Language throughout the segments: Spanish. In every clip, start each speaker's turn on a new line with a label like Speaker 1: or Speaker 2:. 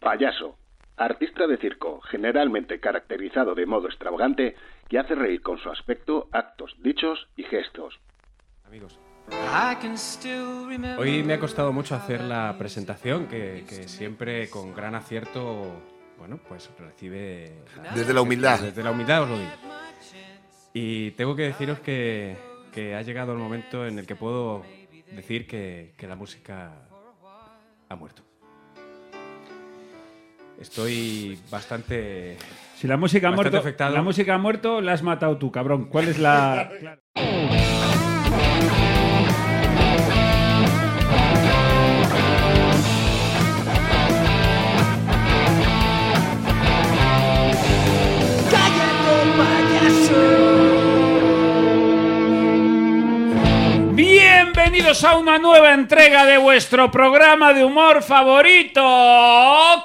Speaker 1: Payaso. Artista de circo, generalmente caracterizado de modo extravagante, que hace reír con su aspecto, actos, dichos y gestos.
Speaker 2: Amigos.
Speaker 3: Oh,
Speaker 2: Hoy me ha costado mucho hacer la presentación, que, que siempre con gran acierto, bueno, pues recibe...
Speaker 4: Desde la humildad.
Speaker 2: Desde la humildad os lo digo. Y tengo que deciros que, que ha llegado el momento en el que puedo decir que, que la música ha muerto. Estoy bastante...
Speaker 5: Si la música ha
Speaker 2: Bastante
Speaker 5: muerto,
Speaker 2: afectado.
Speaker 5: la música ha muerto, la has matado tú, cabrón. ¿Cuál es la? Claro. Bienvenidos a una nueva entrega de vuestro programa de humor favorito.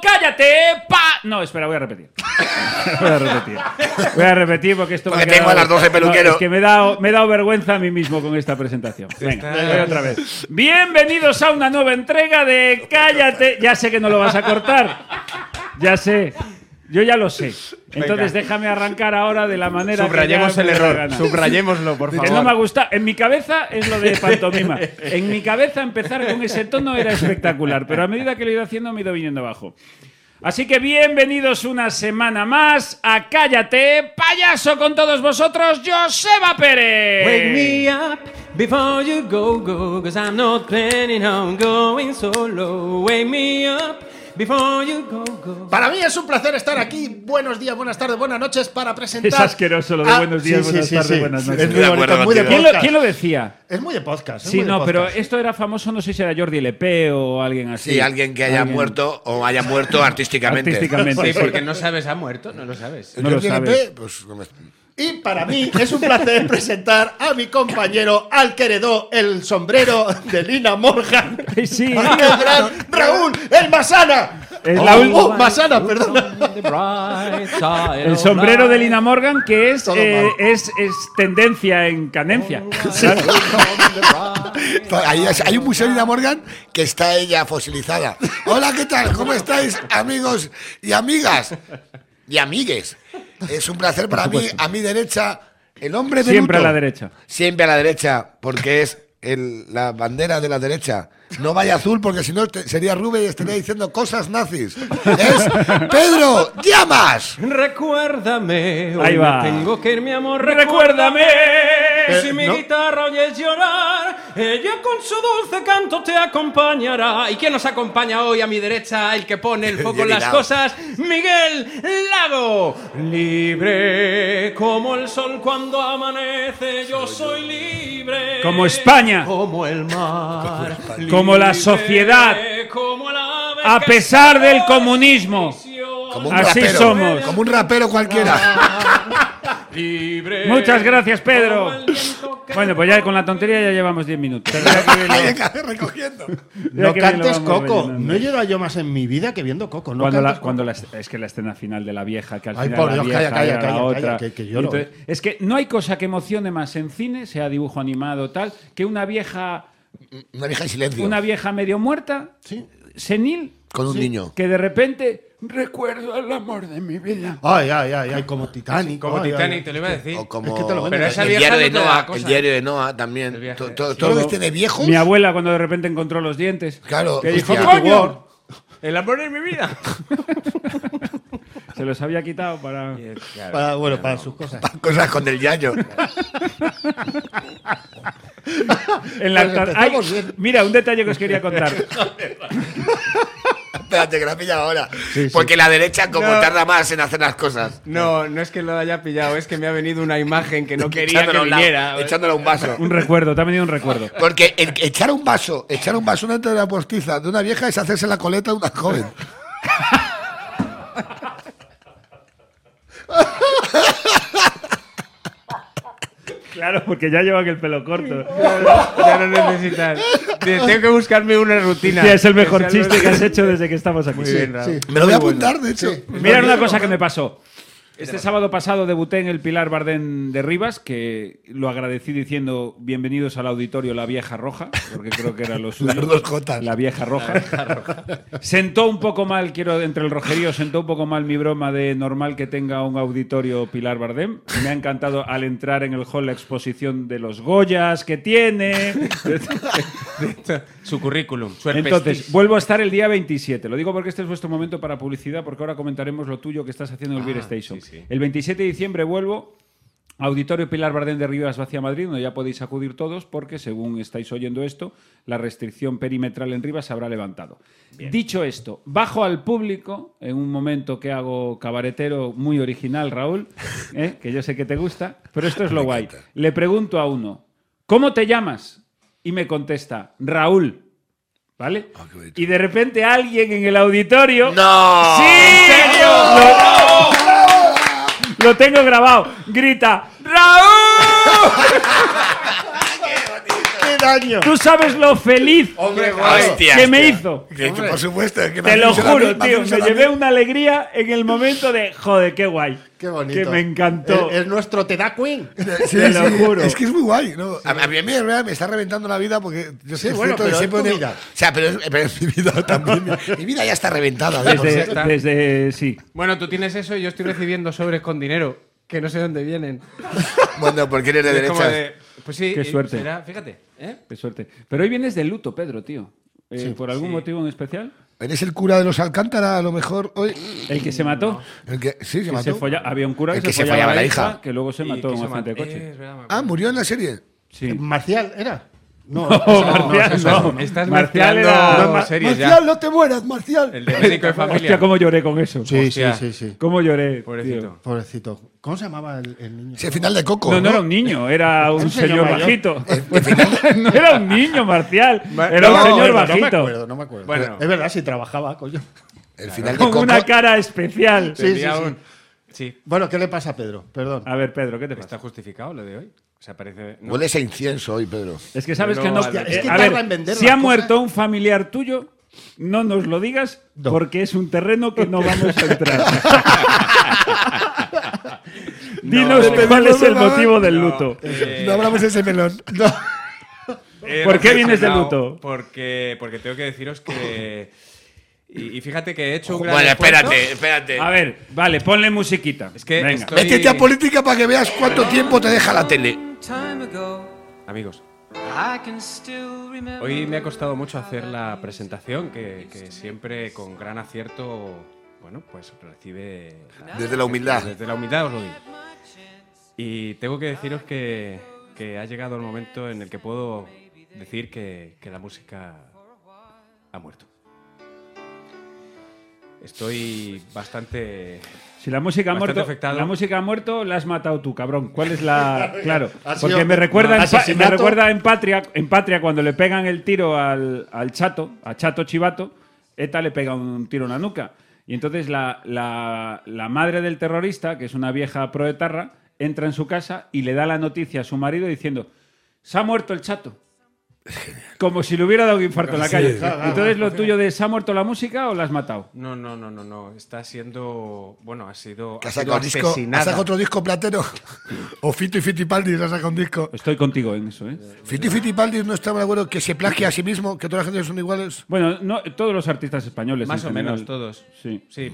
Speaker 5: Cállate, pa. No, espera, voy a repetir. Voy a repetir. Voy a repetir porque esto
Speaker 4: Porque
Speaker 5: me ha
Speaker 4: tengo a las 12 peluquero.
Speaker 5: No, es que me he, dado, me he dado vergüenza a mí mismo con esta presentación. Venga,
Speaker 2: Estás-
Speaker 5: voy otra vez. Bienvenidos a una nueva entrega de Cállate. Ya sé que no lo vas a cortar. Ya sé. Yo ya lo sé. Entonces
Speaker 2: Venga.
Speaker 5: déjame arrancar ahora de la manera
Speaker 2: Subrayemos
Speaker 5: que ya
Speaker 2: el
Speaker 5: me dé la
Speaker 2: error,
Speaker 5: gana.
Speaker 2: subrayémoslo, por
Speaker 5: Es no me ha
Speaker 2: favor.
Speaker 5: gustado. En mi cabeza es lo de pantomima. En mi cabeza empezar con ese tono era espectacular, pero a medida que lo he ido haciendo me he ido viniendo abajo. Así que bienvenidos una semana más a Cállate, payaso con todos vosotros, Joseba Pérez.
Speaker 3: Wake me up before you go, go, cause I'm not planning on going solo. Wake me up before you go, go.
Speaker 6: Para mí es un placer estar aquí. Buenos días, buenas tardes, buenas noches para presentar.
Speaker 5: Es asqueroso lo de
Speaker 6: Ah,
Speaker 5: buenos días,
Speaker 6: sí, sí,
Speaker 5: buenas
Speaker 6: sí,
Speaker 5: tardes,
Speaker 6: sí.
Speaker 5: buenas noches.
Speaker 6: Es muy
Speaker 4: Estoy de
Speaker 6: bonito,
Speaker 4: acuerdo
Speaker 6: muy de
Speaker 5: ¿Quién
Speaker 4: contigo.
Speaker 6: podcast.
Speaker 5: lo, quién lo decía?
Speaker 6: Es muy de podcast. es
Speaker 5: Sí,
Speaker 6: muy de
Speaker 5: no, pero
Speaker 6: podcast.
Speaker 5: esto era famoso, no sé si era Jordi Lepe o alguien así.
Speaker 4: Sí, alguien que haya
Speaker 5: Alguien-
Speaker 4: muerto o haya muerto artísticamente.
Speaker 5: Artísticamente.
Speaker 3: Sí, porque no sabes, ha muerto, no lo sabes.
Speaker 5: No lo
Speaker 4: Jordi
Speaker 5: sabes.
Speaker 4: Lepe, pues, no me-
Speaker 6: Y para mí es un placer presentar a mi compañero al que heredó el sombrero de Lina Morgan.
Speaker 5: Sí, sí.
Speaker 6: El gran Raúl, el Masana.
Speaker 5: Es la
Speaker 6: Oh,
Speaker 5: ul-
Speaker 6: oh, Masana, perdón.
Speaker 5: El sombrero de Lina Morgan, que es,
Speaker 6: eh, Todo
Speaker 5: eh,
Speaker 6: mal. Oh,
Speaker 5: es, es tendencia en Canencia.
Speaker 4: Pues Ahí es- hay un museo de Ina Morgan que está ella fosilizada. Hola, ¿qué tal? ¿Cómo estáis, amigos y amigas? Y amigues. Es un placer para mí, a mi derecha, el hombre de
Speaker 5: Siempre a
Speaker 4: luto.
Speaker 5: la derecha.
Speaker 4: Siempre a la derecha, porque es el- la bandera de la derecha. No vaya azul, porque si no te- sería Rube y estaría diciendo cosas nazis. Es Pedro Llamas.
Speaker 3: Recuérdame, hoy
Speaker 5: Ahí
Speaker 3: me
Speaker 5: va.
Speaker 3: tengo que ir, mi amor.
Speaker 5: Recuérdame. Eh,
Speaker 3: si mi
Speaker 6: ¿no?
Speaker 3: guitarra oyes llorar, ella con su dulce canto te acompañará. ¿Y quién nos acompaña hoy a mi derecha? El que pone el foco en las
Speaker 4: Lago.
Speaker 3: cosas, Miguel Lago. Libre como el sol cuando amanece, yo soy libre.
Speaker 5: Como España.
Speaker 6: Oh,
Speaker 3: Como el mar.
Speaker 5: Como la
Speaker 3: Libre
Speaker 5: sociedad.
Speaker 3: como el ave
Speaker 5: A
Speaker 3: que
Speaker 5: pesar
Speaker 3: escapa
Speaker 5: del
Speaker 3: de
Speaker 5: comunismo.
Speaker 3: su prisión.
Speaker 4: Como un
Speaker 5: Así
Speaker 4: rapero.
Speaker 5: somos.
Speaker 4: Como un rapero cualquiera.
Speaker 3: Libre.
Speaker 5: Muchas gracias, Pedro.
Speaker 3: Como el viento que
Speaker 5: Bueno, pues ya con la tontería ya llevamos 10 minutos.
Speaker 4: Hay que recogiendo.
Speaker 5: Mira que bien lo
Speaker 6: No cantes
Speaker 5: vamos
Speaker 6: Coco.
Speaker 5: rellenando.
Speaker 6: No he llorado yo más en mi vida que viendo Coco. No
Speaker 5: cuando
Speaker 6: cantes
Speaker 5: la,
Speaker 6: Coco.
Speaker 5: cuando la es- es que la escena final de la vieja que al
Speaker 6: Ay,
Speaker 5: final
Speaker 6: por
Speaker 5: la
Speaker 6: Dios,
Speaker 5: vieja
Speaker 6: calla, calla,
Speaker 5: era la
Speaker 6: calla, calla,
Speaker 5: otra
Speaker 6: que- que lloro.
Speaker 5: es que no hay cosa que emocione más en cine sea dibujo animado tal que una vieja
Speaker 4: Una vieja en silencio.
Speaker 5: una vieja medio muerta
Speaker 6: Sí.
Speaker 5: senil
Speaker 4: Con un niño.
Speaker 5: que de repente recuerdo el amor de mi vida
Speaker 4: Ah,
Speaker 6: Ay, ay, ay, ay, como Titanic.
Speaker 3: Como
Speaker 6: ay, ay,
Speaker 3: Titanic,
Speaker 6: ay.
Speaker 3: te lo iba a decir.
Speaker 4: O como
Speaker 6: Es que te lo venden.
Speaker 3: Pero esa
Speaker 4: el
Speaker 3: vieja
Speaker 4: diario
Speaker 3: no
Speaker 4: de
Speaker 3: te da
Speaker 4: Noah,
Speaker 3: cosa.
Speaker 4: el diario de Noah también.
Speaker 3: El viaje.
Speaker 4: To- to- Todo,
Speaker 3: Sí.
Speaker 4: lo que tiene viejos.
Speaker 5: mi abuela cuando de repente encontró los dientes
Speaker 4: Claro,
Speaker 5: que dijo
Speaker 4: hostia.
Speaker 5: coño
Speaker 3: El amor de mi vida.
Speaker 5: se los había quitado para
Speaker 6: Para, bueno, para sus cosas.
Speaker 4: Cosas con el yayo.
Speaker 5: en la
Speaker 6: Pues
Speaker 5: tar-
Speaker 6: empezamos
Speaker 5: Ay,
Speaker 6: bien.
Speaker 5: mira un detalle que os quería contar
Speaker 4: Espérate, que la pilla ahora. Porque la derecha, como
Speaker 3: No.
Speaker 4: tarda más en hacer las cosas.
Speaker 3: No, no es que lo haya pillado, es que me ha venido una imagen que no quería que
Speaker 4: Echándole a un lado,
Speaker 3: viniera.
Speaker 4: echándole a un vaso.
Speaker 5: un recuerdo te ha venido un recuerdo
Speaker 4: Porque el- echar un vaso, echar un vaso dentro de la postiza de una vieja es hacerse la coleta a una joven.
Speaker 5: claro porque ya llevan el pelo corto
Speaker 3: Ya no necesitas. Te- Tengo que buscarme una rutina.
Speaker 5: Sí, es el mejor
Speaker 3: Que sea lo
Speaker 5: chiste que has hecho desde que estamos aquí
Speaker 3: Muy bien, Raúl.
Speaker 4: Me lo voy a apuntar, de hecho.
Speaker 5: Mira una cosa que me pasó. Este sábado pasado debuté en el Pilar Bardén de Rivas, que lo agradecí diciendo bienvenidos al auditorio La Vieja Roja, porque creo que era lo suyo.
Speaker 4: Las dos Jotas.
Speaker 5: La Vieja Roja. Sentó un poco mal, quiero, entre el rojerío, sentó un poco mal mi broma de normal que tenga un auditorio Pilar Bardem. Me ha encantado al entrar en el hall la exposición de los Goyas que tiene.
Speaker 7: Su currículum, su
Speaker 5: Entonces,
Speaker 7: herpestis.
Speaker 5: vuelvo a estar el día 27. Lo digo porque este es vuestro momento para publicidad, porque ahora comentaremos lo tuyo que estás haciendo en el Beer Station.
Speaker 7: Ah, sí, sí.
Speaker 5: El 27 de diciembre vuelvo. Auditorio Pilar Bardén de Rivas hacia Madrid, donde ya podéis acudir todos, porque según estáis oyendo esto, la restricción perimetral en Rivas se habrá levantado. Dicho esto, bajo al público en un momento que hago cabaretero muy original, Raúl, ¿eh? que yo sé que te gusta, pero esto es lo guay. Le pregunto a uno, ¿cómo te llamas? Y me contesta, Raúl. ¿Vale?
Speaker 4: Ah, qué bonito.
Speaker 5: y de repente alguien en el auditorio.
Speaker 4: ¡No!
Speaker 5: ¡Sí! Lo, lo tengo grabado. Grita, ¡Raúl!
Speaker 8: ¡Qué daño!
Speaker 5: Tú sabes lo feliz
Speaker 4: ¡Hombre,
Speaker 9: Hostia,
Speaker 5: que me
Speaker 9: hostia.
Speaker 5: hizo.
Speaker 4: Que, que por supuesto. es Que me
Speaker 5: Te lo
Speaker 4: hacéis a mí,
Speaker 5: juro, tío.
Speaker 4: hacéis a
Speaker 5: Me
Speaker 4: mí.
Speaker 5: llevé una alegría en el momento de, joder, qué guay.
Speaker 8: ¡Qué bonito!
Speaker 5: Que me encantó.
Speaker 8: Es, es nuestro Te da Queen.
Speaker 4: Sí,
Speaker 5: Te lo
Speaker 4: sí,
Speaker 5: juro.
Speaker 4: Es que es muy guay. ¿no? A, a mí en realidad, me está reventando la vida porque yo sé
Speaker 8: bueno, pero es tu vida.
Speaker 4: O sea, pero es, pero es mi vida también. mi- Mi vida ya está reventada. ¿no?
Speaker 8: Pues
Speaker 4: O sea,
Speaker 5: Desde, desde- sí.
Speaker 2: Bueno, tú tienes eso y yo estoy recibiendo sobres con dinero, que no sé dónde vienen.
Speaker 4: bueno, porque eres de
Speaker 2: Y es como
Speaker 4: derecha.
Speaker 2: de, pues sí,
Speaker 5: Qué
Speaker 2: y
Speaker 5: suerte.
Speaker 2: será- fíjate, ¿eh?
Speaker 5: Qué suerte. Pero hoy vienes de luto, Pedro, tío. Eh, ¿Por algún motivo en especial?
Speaker 4: ¿Eres el cura de los Alcántara a lo mejor hoy?
Speaker 5: ¿El que se mató?
Speaker 4: El que, sí, se
Speaker 5: Que
Speaker 4: mató.
Speaker 5: se folla- había un cura que,
Speaker 4: El que se
Speaker 5: follaba
Speaker 4: follaba
Speaker 5: a
Speaker 4: la
Speaker 5: la
Speaker 4: hija.
Speaker 5: hija, que luego se
Speaker 2: Y
Speaker 5: mató en
Speaker 2: quiso
Speaker 5: un accidente de
Speaker 2: mat- Eh,
Speaker 5: coche.
Speaker 2: es verdad, me
Speaker 4: Ah,
Speaker 2: acuerdo.
Speaker 4: murió en la serie.
Speaker 5: Sí.
Speaker 8: ¿Marcial era?
Speaker 5: No,
Speaker 2: no,
Speaker 5: Marcial
Speaker 2: eso
Speaker 5: no.
Speaker 2: no. Estás
Speaker 5: Marcial
Speaker 2: mezclando
Speaker 5: era...
Speaker 2: más- Series ya.
Speaker 4: Marcial, no te mueras, Marcial.
Speaker 7: Ah, El de médico de familia.
Speaker 5: Hostia, cómo lloré con eso.
Speaker 7: Hostia.
Speaker 8: sí.
Speaker 5: Cómo lloré. tío.
Speaker 7: Pobrecito.
Speaker 8: Pobrecito. ¿Cómo se llamaba el, el niño?
Speaker 4: Sí, el final de Coco.
Speaker 5: No, no era un niño, era un
Speaker 8: un
Speaker 5: señor
Speaker 8: señor mayor.
Speaker 5: bajito. no era un niño, Marcial.
Speaker 2: Ma-
Speaker 5: Era un
Speaker 2: no,
Speaker 5: señor
Speaker 8: no, No me
Speaker 5: bajito.
Speaker 8: acuerdo, no me acuerdo.
Speaker 7: Bueno.
Speaker 8: es verdad, sí trabajaba, coño.
Speaker 4: El final de
Speaker 5: con
Speaker 4: Coco.
Speaker 5: una cara especial.
Speaker 8: Sí, sí,
Speaker 7: Tenía
Speaker 8: sí.
Speaker 7: un- sí.
Speaker 8: Bueno, ¿qué le pasa a Pedro? Perdón.
Speaker 5: A ver, Pedro, ¿qué te
Speaker 7: ¿Está
Speaker 5: pasa?
Speaker 7: justificado lo de hoy? O sea, parece. no.
Speaker 4: Huele ese incienso hoy, Pedro.
Speaker 5: Es que sabes
Speaker 7: No,
Speaker 5: que no.
Speaker 7: hostia,
Speaker 8: es que
Speaker 5: eh, a
Speaker 8: tarda
Speaker 5: ver,
Speaker 8: en vender
Speaker 5: si
Speaker 8: las
Speaker 5: ha
Speaker 8: cosas.
Speaker 5: muerto un familiar tuyo, no nos lo digas porque es un terreno que no vamos a entrar. Dinos cuál es el motivo del
Speaker 7: No,
Speaker 5: luto.
Speaker 7: eh,
Speaker 4: No hablamos de ese melón. No.
Speaker 7: he
Speaker 5: ¿Por qué vienes de
Speaker 7: reflexionado
Speaker 5: luto?
Speaker 7: Porque, porque tengo que deciros que. Y, y fíjate que he hecho un gran.
Speaker 9: Bueno,
Speaker 7: esfuerzo.
Speaker 9: espérate, espérate.
Speaker 5: A ver, vale, ponle musiquita.
Speaker 7: Es que
Speaker 5: Venga.
Speaker 7: estoy-
Speaker 4: Métete a política para que veas cuánto tiempo te deja la tele.
Speaker 3: Time ago,
Speaker 7: Amigos,
Speaker 3: I can still remember.
Speaker 7: hoy me ha costado mucho hacer la presentación que, que siempre con gran acierto. Bueno, pues recibe.
Speaker 4: Desde la humildad.
Speaker 7: Desde la humildad os lo digo. Y tengo que deciros que, que ha llegado el momento en el que puedo decir que, que la música ha muerto. Estoy bastante...
Speaker 5: Si la música ha
Speaker 7: Bastante
Speaker 5: muerto,
Speaker 7: afectado.
Speaker 5: la música ha muerto, la has matado tú, cabrón. ¿Cuál es la claro?
Speaker 8: Ha sido
Speaker 5: Porque me recuerda, en, pa- me
Speaker 8: asesinato.
Speaker 5: recuerda en patria, en patria cuando le pegan el tiro al, al chato, a chato chivato, ETA le pega un tiro en la nuca y entonces la, la- la madre del terrorista, que es una vieja proetarra, entra en su casa y le da la noticia a su marido diciendo se ha muerto el chato. Como si le hubiera dado un infarto en la calle. Entonces lo tuyo de ¿se ha muerto la música o la has matado?
Speaker 7: No, no, no, no, no. Está siendo... Bueno, ha sido...
Speaker 4: Que
Speaker 7: Ha
Speaker 4: ha
Speaker 7: sido
Speaker 4: sacado, disco, ha
Speaker 7: asesinada.
Speaker 4: sacado otro disco platero. O Fito y Fitipaldi ha sacado un disco.
Speaker 5: Estoy contigo en eso, ¿eh?
Speaker 4: Fito y Fitipaldi no estaba de acuerdo que se plagie a sí mismo, que toda la gente son iguales.
Speaker 5: Bueno, no, todos los artistas españoles.
Speaker 7: Más
Speaker 5: en
Speaker 7: o
Speaker 5: general.
Speaker 7: menos todos.
Speaker 5: Sí.
Speaker 7: Sí.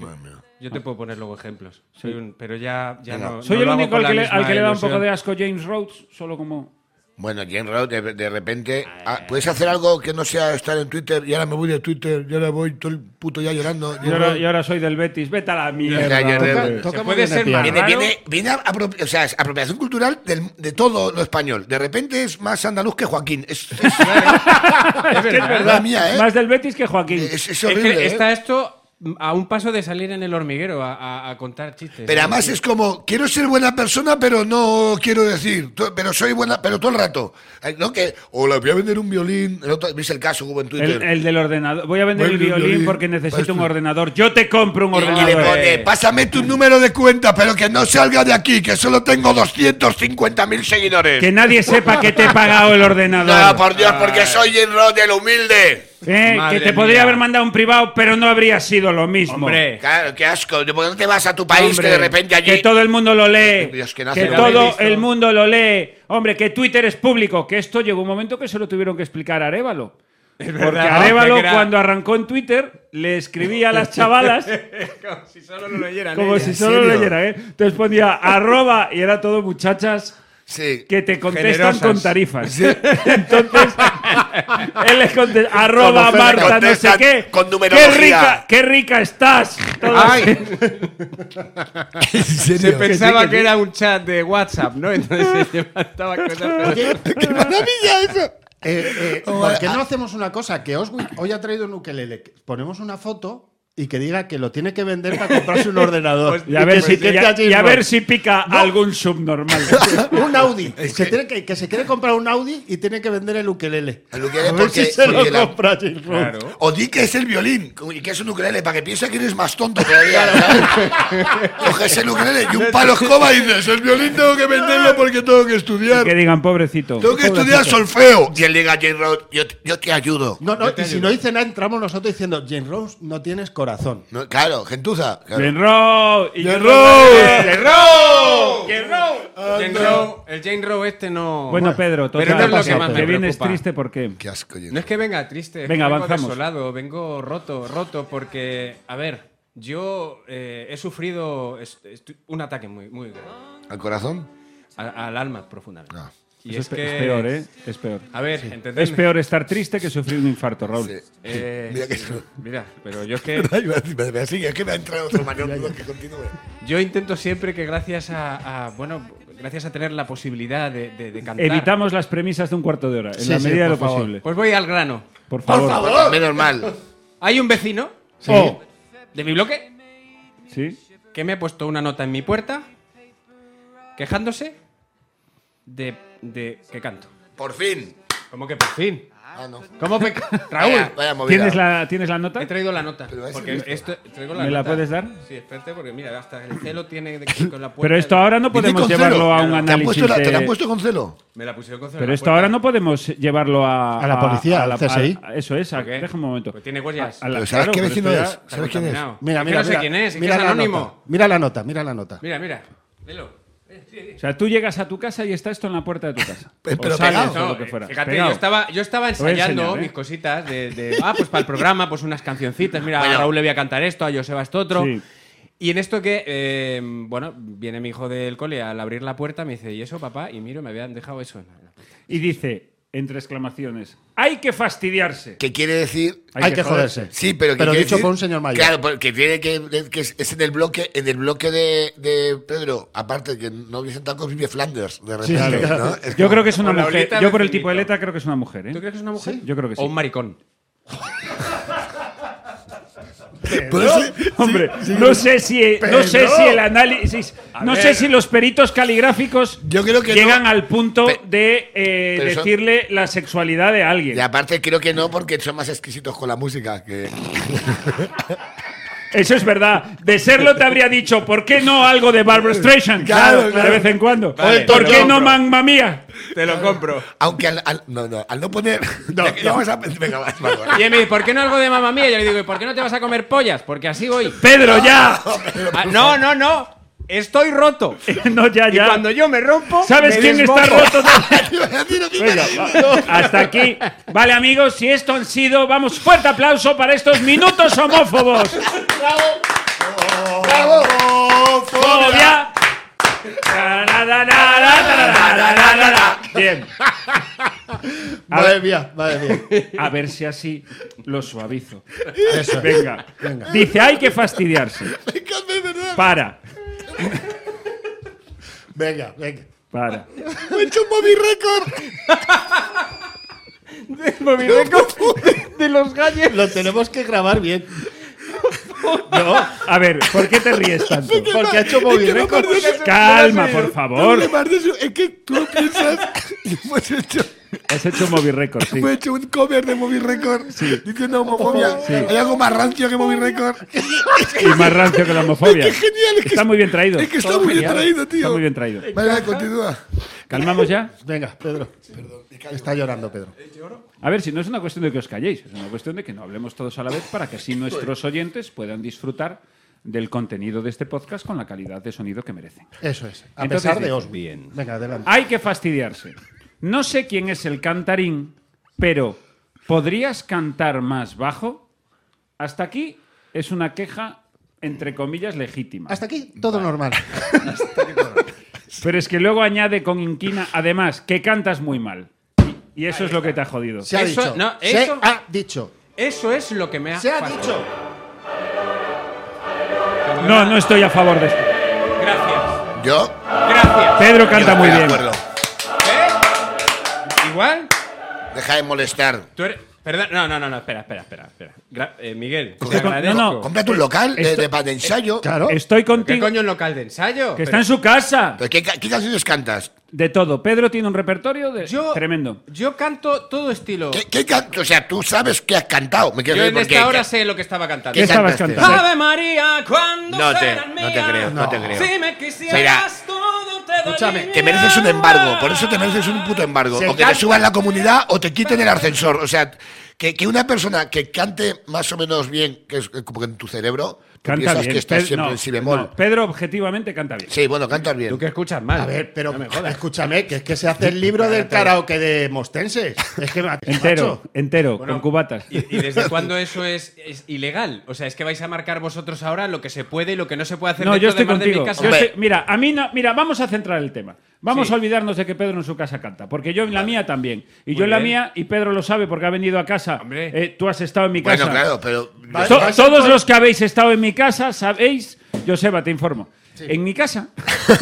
Speaker 7: Yo te puedo poner luego ejemplos. Soy un- pero ya, ya
Speaker 4: Venga.
Speaker 7: no.
Speaker 5: Soy
Speaker 7: no
Speaker 5: el
Speaker 7: lo hago
Speaker 5: único
Speaker 7: con
Speaker 5: al
Speaker 7: la
Speaker 5: que, le,
Speaker 7: misma
Speaker 5: al que le da un poco
Speaker 7: ilusión.
Speaker 5: de asco James Rhodes, solo como.
Speaker 4: Bueno, James Rowe, de, de repente. ah, ¿Puedes hacer algo que no sea estar en Twitter? Y ahora me voy de Twitter, y ahora voy todo el puto ya llorando.
Speaker 5: Y ahora, y ahora soy del Betis, vete a la mierda.
Speaker 4: Ya, ya, ya.
Speaker 5: hombre.
Speaker 7: Se puede ser más
Speaker 4: Viene,
Speaker 7: raro.
Speaker 4: viene, viene a- apropia- o sea, es apropiación cultural del- de todo lo español. De repente es más andaluz que Joaquín. Es, es-
Speaker 7: Es
Speaker 5: Es
Speaker 7: verdad.
Speaker 5: verdad,
Speaker 4: mía, ¿eh?
Speaker 5: Más del Betis que Joaquín.
Speaker 4: es- es
Speaker 2: Es que
Speaker 4: horrible. ¿eh?
Speaker 2: está esto a un paso de salir en el hormiguero a, a- a contar chistes.
Speaker 4: Pero además es como, quiero ser buena persona, pero no quiero decir, to- pero soy buena, pero todo el rato. Ay, No que, hola, voy a vender un violín. El otro, ¿Veis el caso que hubo en Twitter?
Speaker 5: El, el del ordenador. Voy a vender
Speaker 4: Voy
Speaker 5: el
Speaker 4: a vender un
Speaker 5: violín
Speaker 4: violín.
Speaker 5: porque necesito
Speaker 4: Pues
Speaker 5: un
Speaker 4: tú.
Speaker 5: ordenador. Yo te compro un
Speaker 4: Y- y le
Speaker 5: ordenador.
Speaker 4: pone, pásame tu número de cuenta, pero que no salga de aquí, que solo tengo 250.000 seguidores.
Speaker 5: Que nadie sepa que te he pagado el ordenador.
Speaker 4: No, por Dios, porque soy Jim Roth, el humilde.
Speaker 5: Eh, que
Speaker 2: Madre
Speaker 5: te podría
Speaker 2: mía.
Speaker 5: haber mandado un privado, pero no habría sido lo mismo.
Speaker 2: Hombre,
Speaker 4: Claro, qué asco. ¿Por qué no te vas a tu país
Speaker 5: Hombre,
Speaker 4: que de repente allí...
Speaker 5: que todo el mundo lo lee.
Speaker 4: Dios, que
Speaker 5: que
Speaker 4: no hace nada.
Speaker 5: todo
Speaker 2: Listo.
Speaker 5: el mundo lo lee. Hombre, que Twitter es público. Que esto llegó un momento que se lo tuvieron que explicar a Arevalo. Porque
Speaker 2: verdad,
Speaker 5: Arevalo,
Speaker 2: que era-
Speaker 5: cuando arrancó en Twitter, le escribía a las chavalas
Speaker 2: como si solo lo leyeran.
Speaker 5: como
Speaker 2: ellas.
Speaker 5: si solo
Speaker 4: serio?
Speaker 5: leyeran. ¿eh? Entonces ponía arroba y era todo muchachas
Speaker 4: Sí.
Speaker 5: que te contestan
Speaker 2: Generosas.
Speaker 5: con tarifas. Entonces, él les contesta, arroba
Speaker 4: Como Fer,
Speaker 5: Marta, no sé
Speaker 4: contestan
Speaker 5: qué.
Speaker 4: con
Speaker 5: qué
Speaker 4: numerología".
Speaker 5: rica, qué rica estás. Todo así.
Speaker 2: Ay,
Speaker 4: ¿En
Speaker 2: se
Speaker 4: serio?
Speaker 2: pensaba que, era un chat de WhatsApp, ¿no? Entonces se levantaba cosas.
Speaker 4: ¡Qué maravilla eso!
Speaker 8: Eh, eh,
Speaker 4: Oh,
Speaker 8: ¿Por qué
Speaker 4: ah.
Speaker 8: no hacemos una cosa? Que Oswin hoy ha traído un ukelele. que Ponemos una foto y que diga que lo tiene que vender para comprarse un ordenador.
Speaker 5: Y a, ver
Speaker 4: Pues
Speaker 8: que
Speaker 5: si,
Speaker 8: este se quede
Speaker 5: Pues ya-
Speaker 8: allí
Speaker 5: y a
Speaker 8: mismo.
Speaker 5: ver si pica algún subnormal.
Speaker 8: Un Audi. Se tiene que, que se quiere comprar un Audi y tiene que vender el ukelele.
Speaker 4: El ukelele
Speaker 8: a ver
Speaker 4: porque-
Speaker 8: si se
Speaker 4: porque la-
Speaker 8: lo compra Jim Rohn.
Speaker 4: O di que es el violín y que es un ukelele para que piense que eres más tonto todavía. ¿sabes? Coges el ukelele y un palo escoba y dices: El violín tengo que venderlo porque tengo que estudiar.
Speaker 5: que digan, pobrecito.
Speaker 4: Tengo que estudiar solfeo. Y él diga a Jane Rowland, yo, te- yo te ayudo.
Speaker 8: No, no, y si no dice nada, entramos nosotros diciendo, Jane Rose, no tienes corazón.
Speaker 4: No, claro, gentuza. claro.
Speaker 5: Jane Rowe, y Jane Rowe.
Speaker 2: ¡Jane Rowe! ¡Jane Rowe! Jane Rowe- El Jane Rowe este no.
Speaker 5: Bueno, Pedro,
Speaker 2: Pero no
Speaker 5: total,
Speaker 2: es lo que
Speaker 8: pasa,
Speaker 2: más
Speaker 5: que
Speaker 2: me
Speaker 5: vienes
Speaker 2: preocupa.
Speaker 5: triste Pues porque...
Speaker 4: Qué asco, Jane
Speaker 2: No es que venga triste, es
Speaker 5: Venga,
Speaker 2: que vengo
Speaker 5: avanzamos.
Speaker 2: desolado, vengo roto, roto, porque, a ver, yo eh, he sufrido es- estu- un ataque muy, muy grave,
Speaker 4: Rowland. ¿Al corazón?
Speaker 2: a- al alma profundamente.
Speaker 4: No.
Speaker 2: Y
Speaker 5: Eso
Speaker 2: es
Speaker 5: es, pe-
Speaker 2: que,
Speaker 5: es peor, ¿eh? Es peor.
Speaker 2: A ver, entendedme.
Speaker 5: Es peor estar triste que sufrir un infarto, Raúl.
Speaker 4: Sí.
Speaker 2: Eh,
Speaker 4: Mira que eso-
Speaker 2: mira, pero yo es que
Speaker 4: Ay, me- me- sí, es que me ha entrado otro maniobro que continúe.
Speaker 2: yo intento siempre que gracias a, a, bueno, gracias a tener la posibilidad de, de- de cantar.
Speaker 5: Evitamos las premisas de un cuarto de hora, en
Speaker 8: Sí,
Speaker 5: la
Speaker 8: sí,
Speaker 5: medida de lo
Speaker 8: por favor.
Speaker 5: posible.
Speaker 2: Pues voy al grano.
Speaker 5: Por favor.
Speaker 4: Por favor. Oh. Menos mal.
Speaker 2: Hay un vecino
Speaker 8: O,
Speaker 2: de mi bloque
Speaker 5: ¿Sí?
Speaker 2: que me ha puesto una nota en mi puerta quejándose de, de que canto.
Speaker 4: Por fin.
Speaker 2: ¿Cómo que por fin?
Speaker 4: Ah, no.
Speaker 2: ¿Cómo pe-
Speaker 4: Vaya,
Speaker 2: Raúl,
Speaker 4: vaya movida.
Speaker 5: ¿Tienes la, ¿Tienes la nota?
Speaker 2: he traído la nota.
Speaker 4: Pero es
Speaker 2: Porque
Speaker 4: esto.
Speaker 2: esto, traigo la
Speaker 5: ¿Me la
Speaker 2: nota.
Speaker 5: puedes dar?
Speaker 2: Sí, espérate, porque mira, hasta el celo tiene de- con la puerta.
Speaker 5: Pero esto ahora no
Speaker 4: Vete
Speaker 5: podemos
Speaker 4: con
Speaker 5: llevarlo
Speaker 4: celo.
Speaker 5: a un
Speaker 4: ¿Te han puesto
Speaker 5: análisis
Speaker 4: la- ¿Te la han
Speaker 5: de...
Speaker 4: puesto con celo?
Speaker 2: Me la pusieron con celo en
Speaker 5: Pero
Speaker 2: la
Speaker 5: esto
Speaker 2: puerta.
Speaker 5: ahora no podemos llevarlo a...
Speaker 8: A la policía, al CSI.
Speaker 5: a- eso es, a-
Speaker 2: qué?
Speaker 5: déjame un momento.
Speaker 2: Pues tiene huellas.
Speaker 5: A- a la-
Speaker 4: Pero ¿sabes
Speaker 5: claro,
Speaker 4: qué
Speaker 5: pero
Speaker 4: vecino
Speaker 5: esto ya-
Speaker 4: es?
Speaker 2: Está
Speaker 4: ¿Sabes quién es?
Speaker 2: contaminado.
Speaker 8: mira,
Speaker 2: Es que
Speaker 8: mira,
Speaker 2: no sé
Speaker 8: mira,
Speaker 2: quién es, es que
Speaker 8: mira
Speaker 2: es
Speaker 8: la
Speaker 2: anónimo.
Speaker 8: nota. Mira la nota, mira la nota.
Speaker 2: Mira, mira, velo. Eh, sí, sí.
Speaker 5: O sea, tú llegas a tu casa y está esto en la puerta de tu casa.
Speaker 4: Pe- pero
Speaker 5: o sales,
Speaker 4: pegado.
Speaker 5: o
Speaker 2: No,
Speaker 5: lo que fuera.
Speaker 2: eh, Fíjate,
Speaker 5: Pegado.
Speaker 2: yo estaba, yo estaba
Speaker 5: voy a enseñar,
Speaker 2: ensayando
Speaker 5: ¿eh?
Speaker 2: mis cositas de, de- Ah, pues para el programa, pues unas cancioncitas. Mira,
Speaker 4: Bueno.
Speaker 2: a Raúl le voy a cantar esto, a Joseba esto otro.
Speaker 5: Sí.
Speaker 2: Y en esto que, eh, bueno, viene mi hijo del cole al abrir la puerta, me dice, ¿y eso, papá? Y miro, me habían dejado eso. en la- en la puerta.
Speaker 5: Y dice, entre exclamaciones, ¡hay que fastidiarse!
Speaker 4: ¿Qué quiere decir?
Speaker 8: Hay, que joderse.
Speaker 4: Sí, pero que
Speaker 8: Pero
Speaker 4: quiere
Speaker 8: dicho
Speaker 4: decir-
Speaker 8: por un señor mayor.
Speaker 4: Claro, porque tiene que, que es, es en el bloque, en el bloque de, de Pedro. Aparte que no dicen tacos vive Flanders de repente, ¿no?
Speaker 5: Yo
Speaker 4: Es como-
Speaker 5: creo que es una
Speaker 2: Con la
Speaker 5: mujer.
Speaker 2: oleta
Speaker 5: Yo
Speaker 2: del
Speaker 5: por el
Speaker 2: finito.
Speaker 5: tipo de letra creo que es una mujer, ¿eh?
Speaker 2: ¿Tú crees que es una mujer?
Speaker 5: Yo creo que sí.
Speaker 2: O un maricón.
Speaker 4: Por eso-
Speaker 5: Hombre, no sé si eh, no sé si el análisis, no sé si los peritos caligráficos
Speaker 4: Yo creo que
Speaker 5: llegan
Speaker 4: no.
Speaker 5: al punto
Speaker 4: Pe-
Speaker 5: de eh,
Speaker 4: pero son-
Speaker 5: decirle la sexualidad de alguien.
Speaker 4: y aparte creo que no, porque son más exquisitos con la música que.
Speaker 5: Eso es verdad. De serlo te habría dicho, ¿por qué no algo de Barbra Streisand?
Speaker 4: Claro,
Speaker 5: de
Speaker 4: claro.
Speaker 5: vez en cuando.
Speaker 2: Vale,
Speaker 5: ¿Por
Speaker 2: te
Speaker 5: qué
Speaker 2: lo
Speaker 5: no
Speaker 2: compro.
Speaker 5: Mamma Mía?
Speaker 2: Te lo compro.
Speaker 4: Aunque al, al- no, no, al no poner. Ya que vamos a- venga, va, va, va.
Speaker 2: Y él me dice, ¿por qué no algo de mamá mía? Yo le digo, ¿y por qué no te vas a comer pollas? Porque así voy.
Speaker 5: Pedro ya.
Speaker 2: Ah, no, no, no. Estoy roto.
Speaker 5: no ya
Speaker 2: Y
Speaker 5: ya.
Speaker 2: cuando yo me rompo.
Speaker 5: ¿Sabes
Speaker 2: me
Speaker 5: quién está
Speaker 2: desboco.
Speaker 5: roto?
Speaker 4: Venga,
Speaker 5: Venga, va. hasta aquí. Vale, amigos, si esto han sido, vamos, fuerte aplauso para estos minutos homófobos.
Speaker 4: bravo.
Speaker 5: Fobia. Tarararararararararara. Bien. A
Speaker 8: Madre
Speaker 5: ver,
Speaker 8: mía, madre mía.
Speaker 5: a ver si así lo suavizo.
Speaker 8: Eso.
Speaker 5: Venga. Dice, hay que fastidiarse. Para,
Speaker 8: Venga, venga.
Speaker 5: para.
Speaker 4: Me he hecho un Bobby Record.
Speaker 2: De los galles.
Speaker 8: Lo tenemos que grabar bien. No,
Speaker 5: A ver, ¿por qué te ríes tanto?
Speaker 8: porque ha hecho Bobby Record.
Speaker 5: Calma, por favor.
Speaker 2: pues, este,
Speaker 4: Además de eso, es que tú piensas y hemos hecho
Speaker 5: Has hecho un movie record, sí.
Speaker 4: Me he hecho un cover de Movie Record diciendo homofobia. Hay algo más rancio que Movie Record.
Speaker 5: Y más rancio que la homofobia.
Speaker 4: Es que es genial, es que
Speaker 5: está
Speaker 4: es-
Speaker 5: muy bien traído.
Speaker 4: es que está muy bien
Speaker 5: genial.
Speaker 4: traído, tío.
Speaker 5: Está muy bien traído.
Speaker 4: Vale, vale, continúa.
Speaker 5: ¿Calmamos ya?
Speaker 8: Venga, Pedro. Perdón, está llorando, Pedro.
Speaker 5: A ver, si no es una cuestión de que os calléis, es una cuestión de que no hablemos todos a la vez para que así nuestros oyentes puedan disfrutar del contenido de este podcast con la calidad de sonido que merecen.
Speaker 8: Eso es. A
Speaker 5: Entonces,
Speaker 8: pesar de
Speaker 5: bien.
Speaker 8: Oswald. Venga, adelante.
Speaker 5: Hay que fastidiarse. No sé quién es el cantarín, pero ¿podrías cantar más bajo? Hasta aquí es una queja, entre comillas, legítima.
Speaker 8: Hasta aquí, todo normal.
Speaker 5: Pero es que luego añade con inquina, además, que cantas muy mal. Y eso es lo que te ha jodido.
Speaker 8: Se ha
Speaker 2: Eso-
Speaker 8: dicho.
Speaker 2: no,
Speaker 8: se
Speaker 2: eso-
Speaker 8: ha dicho.
Speaker 2: Eso es lo que me ha.
Speaker 8: Se ha
Speaker 2: faltado.
Speaker 8: dicho.
Speaker 5: No, no estoy a favor de esto.
Speaker 2: Gracias.
Speaker 4: Yo.
Speaker 2: Gracias.
Speaker 5: Pedro
Speaker 4: yo
Speaker 5: canta
Speaker 4: estoy
Speaker 5: muy
Speaker 4: de
Speaker 5: bien.
Speaker 4: acuerdo.
Speaker 2: ¿Eh? Igual.
Speaker 4: Deja de molestar.
Speaker 7: Tú eres- Perdón, no, no, no, no, espera, espera, espera. espera. Gra- eh, Miguel, te
Speaker 5: Esto- no,
Speaker 7: agradezco.
Speaker 5: no.
Speaker 4: Cómprate un local de,
Speaker 5: esto-
Speaker 4: de, para de ensayo.
Speaker 8: Eh, Claro.
Speaker 5: Estoy
Speaker 2: ¿Qué
Speaker 5: contigo.
Speaker 2: coño un local de ensayo? Pero-
Speaker 5: Que está en su casa.
Speaker 4: Pero ¿Qué, ca- qué canciones cantas?
Speaker 5: De todo. Pedro tiene un repertorio de...
Speaker 2: Yo,
Speaker 5: tremendo.
Speaker 2: Yo canto todo estilo.
Speaker 4: ¿Qué, qué can- o sea, tú sabes que has cantado. Me quiero
Speaker 2: Yo
Speaker 4: decir
Speaker 2: en
Speaker 4: por
Speaker 2: esta
Speaker 4: qué.
Speaker 2: hora sé lo que estaba cantando.
Speaker 5: ¿Qué estabas
Speaker 4: cantaste? Ah,
Speaker 5: cantando?
Speaker 2: Ave María, cuando
Speaker 4: No te-
Speaker 2: serás
Speaker 4: no
Speaker 2: mía,
Speaker 4: te creo, no te creo.
Speaker 2: Si me quisieras
Speaker 4: Mira,
Speaker 2: todo te
Speaker 8: escúchame,
Speaker 2: daría.
Speaker 4: Te mereces un embargo, por eso te mereces un puto embargo.
Speaker 8: Se
Speaker 4: o que te
Speaker 8: canta-
Speaker 4: suban la comunidad o te quiten el ascensor. O sea, que, que una persona que cante más o menos bien, que es como que en tu cerebro, tú
Speaker 5: Canta
Speaker 4: piensas
Speaker 5: bien.
Speaker 4: que estás
Speaker 5: Pedro-
Speaker 4: siempre
Speaker 5: no,
Speaker 4: en si bemol.
Speaker 5: no, Pedro objetivamente canta bien.
Speaker 4: Sí, bueno, cantas
Speaker 2: ¿Tú
Speaker 4: bien.
Speaker 2: que escuchas mal?
Speaker 8: A ver, pero escúchame, que es que se hace el libro del karaoke de Mostenses. Es que macho.
Speaker 5: Entero, entero,
Speaker 2: Bueno,
Speaker 5: con cubatas.
Speaker 2: ¿Y, y desde cuándo eso es, es ilegal? O sea, es que vais a marcar vosotros ahora lo que se puede y lo que no se puede hacer
Speaker 5: No,
Speaker 2: dentro
Speaker 5: yo estoy
Speaker 2: de más de
Speaker 5: contigo.
Speaker 2: mi casa.
Speaker 5: Yo
Speaker 4: Hombre.
Speaker 5: estoy- mira, a mí no, mira, vamos a centrar el tema. Vamos
Speaker 2: Sí.
Speaker 5: a olvidarnos de que Pedro en su casa canta, porque yo en la mía también. Y yo en la
Speaker 2: bien.
Speaker 5: mía, y Pedro lo sabe porque ha venido a casa.
Speaker 2: Hombre.
Speaker 5: Eh, tú has estado en mi casa.
Speaker 4: Bueno, claro, pero.
Speaker 8: Vale.
Speaker 5: To-
Speaker 8: Vas a
Speaker 5: todos
Speaker 8: por-
Speaker 5: los que habéis estado en mi casa sabéis, Joseba, te informo. En mi casa,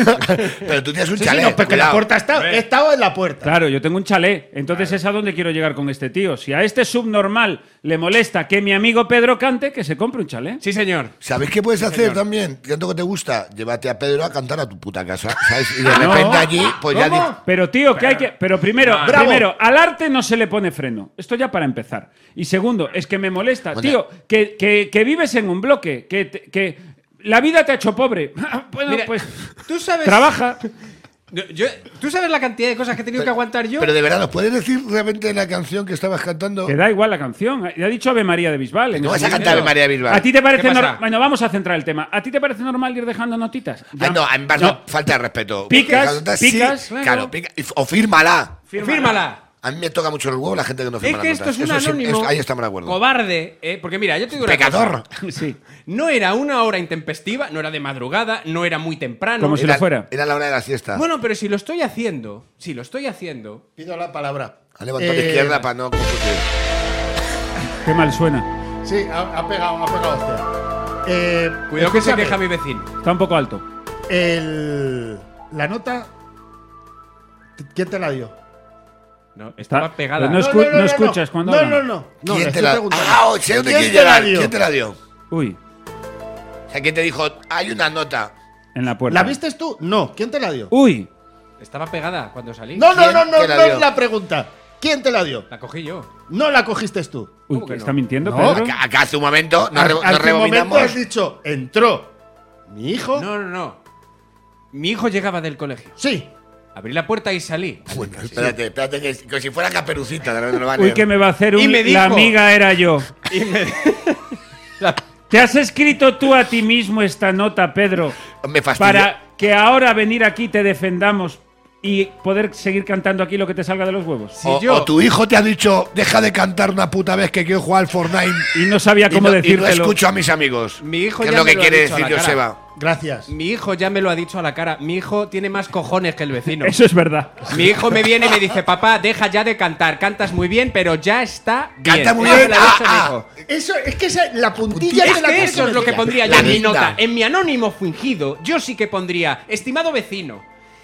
Speaker 4: Pero tú tienes un
Speaker 8: Sí, sí,
Speaker 4: chalet.
Speaker 8: no, porque la
Speaker 4: cuidado.
Speaker 8: puerta está, he estado en la puerta.
Speaker 5: claro, yo tengo un chalet. Entonces es a donde quiero llegar con este tío. Si a este subnormal le molesta que mi amigo Pedro cante, que se compre un chalet.
Speaker 2: Sí, señor.
Speaker 4: ¿Sabes qué puedes hacer también? Tanto que te gusta, llévate a Pedro a cantar a tu puta casa. ¿sabes? Y de
Speaker 5: No.
Speaker 4: repente allí, pues ya. di-
Speaker 5: Pero tío, que hay que. Pero primero,
Speaker 8: Bravo.
Speaker 5: primero, al arte no se le pone freno. Esto ya para empezar. Y segundo, es que me molesta,
Speaker 4: Bueno.
Speaker 5: tío, que, que- que vives en un bloque, que, te- que la vida te ha hecho pobre. bueno,
Speaker 2: Mira,
Speaker 5: pues
Speaker 2: tú sabes.
Speaker 5: trabaja.
Speaker 2: Yo- yo- tú sabes la cantidad de cosas que he tenido que aguantar yo.
Speaker 4: Pero de verdad, ¿nos puedes decir realmente la canción que estabas cantando?
Speaker 5: Te da igual la canción. Ya ha dicho Ave María de Bisbal. en
Speaker 4: No
Speaker 5: ese
Speaker 4: vas a
Speaker 5: momento.
Speaker 4: cantar Ave María de Bisbal.
Speaker 5: ¿A ti te parece
Speaker 2: ¿Qué pasa?
Speaker 5: normal? Bueno, vamos a centrar el tema. ¿A ti te parece normal ir dejando notitas?
Speaker 4: Ah,
Speaker 5: Ya-
Speaker 4: no, en verdad,
Speaker 5: No,
Speaker 4: falta de respeto.
Speaker 5: Picas,
Speaker 4: Porque cuando estás- sí,
Speaker 5: picas,
Speaker 4: Claro,
Speaker 2: claro.
Speaker 4: pica- y- O fírmala.
Speaker 2: fírmala.
Speaker 4: A mí me toca mucho el huevo la gente que no
Speaker 2: Es
Speaker 4: firma
Speaker 2: que
Speaker 4: las
Speaker 2: esto es
Speaker 4: notas.
Speaker 2: un
Speaker 4: Eso sí,
Speaker 2: anónimo.
Speaker 4: es- ahí estamos de acuerdo.
Speaker 2: Cobarde, ¿eh? Porque mira, yo te digo una
Speaker 4: Pecador.
Speaker 2: cosa.
Speaker 5: sí.
Speaker 2: No era una hora intempestiva, no era de madrugada, no era muy temprano. Eh,
Speaker 5: Como si lo
Speaker 4: Era,
Speaker 5: fuera.
Speaker 4: era la hora de la siesta.
Speaker 2: Bueno, pero si lo estoy haciendo, si lo estoy haciendo.
Speaker 8: Pido la palabra.
Speaker 4: ha levantado la
Speaker 8: Eh,
Speaker 4: izquierda para no confundir.
Speaker 5: Qué mal suena.
Speaker 8: Sí, ha, ha pegado, ha pegado hostia. Eh,
Speaker 2: Cuidado que se
Speaker 8: escúchame,
Speaker 2: queja mi vecino.
Speaker 5: Está un poco alto.
Speaker 8: el- La nota. ¿Quién te la dio?
Speaker 2: No,
Speaker 5: estaba
Speaker 2: estaba
Speaker 5: pegada.
Speaker 2: pegada.
Speaker 5: No escu- no escuchas cuando
Speaker 8: No,
Speaker 5: hablan.
Speaker 8: no, no. no le
Speaker 4: ¿Quién te
Speaker 8: estoy
Speaker 4: la dio?
Speaker 8: preguntando.
Speaker 4: Ah, oh, sé dónde
Speaker 8: ¿Quién
Speaker 4: quieres
Speaker 8: te la
Speaker 4: llegar.
Speaker 8: dio?
Speaker 4: ¿Quién te la dio? O
Speaker 5: Uy,
Speaker 4: sea, ¿quién te dijo? Hay una nota.
Speaker 5: en la puerta.
Speaker 8: ¿La viste tú? No. ¿Quién te la dio?
Speaker 5: Uy.
Speaker 2: Estaba pegada cuando salí.
Speaker 8: No, no,
Speaker 4: ¿Quién
Speaker 8: no, no,
Speaker 4: te la
Speaker 8: no
Speaker 4: dio?
Speaker 8: es la pregunta. ¿Quién te la dio?
Speaker 2: La cogí yo.
Speaker 8: No la cogiste tú.
Speaker 5: Uy,
Speaker 2: ¿Cómo que
Speaker 5: ¿está
Speaker 2: no?
Speaker 5: mintiendo,
Speaker 8: No,
Speaker 5: Pedro?
Speaker 4: Acá, acá hace un momento nos,
Speaker 8: Al-
Speaker 4: re-
Speaker 8: al
Speaker 4: nos
Speaker 8: que momento
Speaker 4: rebobinamos.
Speaker 8: has dicho, entró mi hijo.
Speaker 2: No, no, no. Mi hijo llegaba del colegio.
Speaker 8: Sí.
Speaker 2: Abrí la puerta y salí.
Speaker 4: Bueno, espérate, espérate, que, que si fuera caperucita, de repente lo va a
Speaker 5: Uy,
Speaker 4: leer.
Speaker 5: que me va a hacer un.
Speaker 2: Y me dijo-
Speaker 5: la amiga era yo. ¿Te has escrito tú a ti mismo esta nota, Pedro?
Speaker 4: Me fastidia.
Speaker 5: Para que ahora venir aquí te defendamos y poder seguir cantando aquí lo que te salga de los huevos.
Speaker 2: Si
Speaker 4: o,
Speaker 2: yo-
Speaker 4: o tu hijo te ha dicho, deja de cantar una puta vez que quiero jugar al Fortnite.
Speaker 5: Y no sabía
Speaker 4: Y
Speaker 5: cómo
Speaker 4: no- y, no,
Speaker 5: decírtelo.
Speaker 4: escucho a mis amigos.
Speaker 2: Mi hijo
Speaker 4: ¿Qué
Speaker 2: ya
Speaker 4: es lo
Speaker 2: me
Speaker 4: que
Speaker 2: lo ha
Speaker 4: quiere
Speaker 2: dicho a la
Speaker 4: decir
Speaker 2: cara.
Speaker 4: Joseba?
Speaker 8: Gracias.
Speaker 2: Mi hijo ya me lo ha dicho a la cara. Mi hijo tiene más cojones que el vecino.
Speaker 5: Eso es verdad.
Speaker 2: Mi hijo me viene y me dice, papá, deja ya de cantar. Cantas muy bien, pero ya está bien.
Speaker 4: Canta muy
Speaker 2: Eso
Speaker 4: bien.
Speaker 2: me lo ha dicho
Speaker 4: Ah,
Speaker 2: mi
Speaker 4: ah.
Speaker 2: hijo.
Speaker 8: Eso es que esa, la puntilla
Speaker 2: Es
Speaker 8: de la
Speaker 2: que eso es lo que
Speaker 8: decía.
Speaker 2: pondría yo
Speaker 4: La
Speaker 2: en mi
Speaker 4: guinda.
Speaker 2: nota. En mi anónimo fingido, yo sí que pondría, estimado vecino.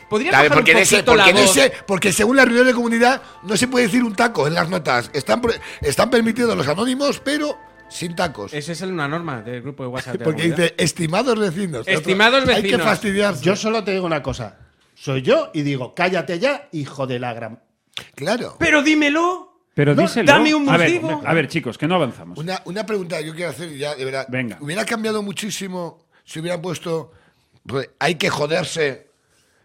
Speaker 2: Podría
Speaker 4: Claro,
Speaker 2: bajar
Speaker 4: porque,
Speaker 2: un
Speaker 4: en ese-
Speaker 2: poquito
Speaker 4: porque,
Speaker 2: la
Speaker 4: en
Speaker 2: voz?
Speaker 4: ese- porque según la reunión de comunidad no se puede decir un taco en las notas. Están, pro- están permitidos los anónimos, pero sin tacos.
Speaker 2: Esa es una norma del grupo de WhatsApp. de la
Speaker 4: porque
Speaker 2: comunidad.
Speaker 4: dice, estimados vecinos.
Speaker 2: Estimados
Speaker 4: Hay que
Speaker 2: vecinos.
Speaker 4: fastidiar.
Speaker 8: Yo solo te digo una cosa. Soy yo y digo, cállate ya, hijo de la gran.
Speaker 4: Claro.
Speaker 2: Pero dímelo.
Speaker 5: Pero
Speaker 2: No,
Speaker 5: díselo.
Speaker 2: dame un
Speaker 5: a ver,
Speaker 2: motivo.
Speaker 5: a ver, chicos, que no avanzamos.
Speaker 4: Una, una pregunta que yo quiero hacer ya, de verdad.
Speaker 5: Venga.
Speaker 4: Hubiera cambiado muchísimo si hubiera puesto. pues, hay que joderse.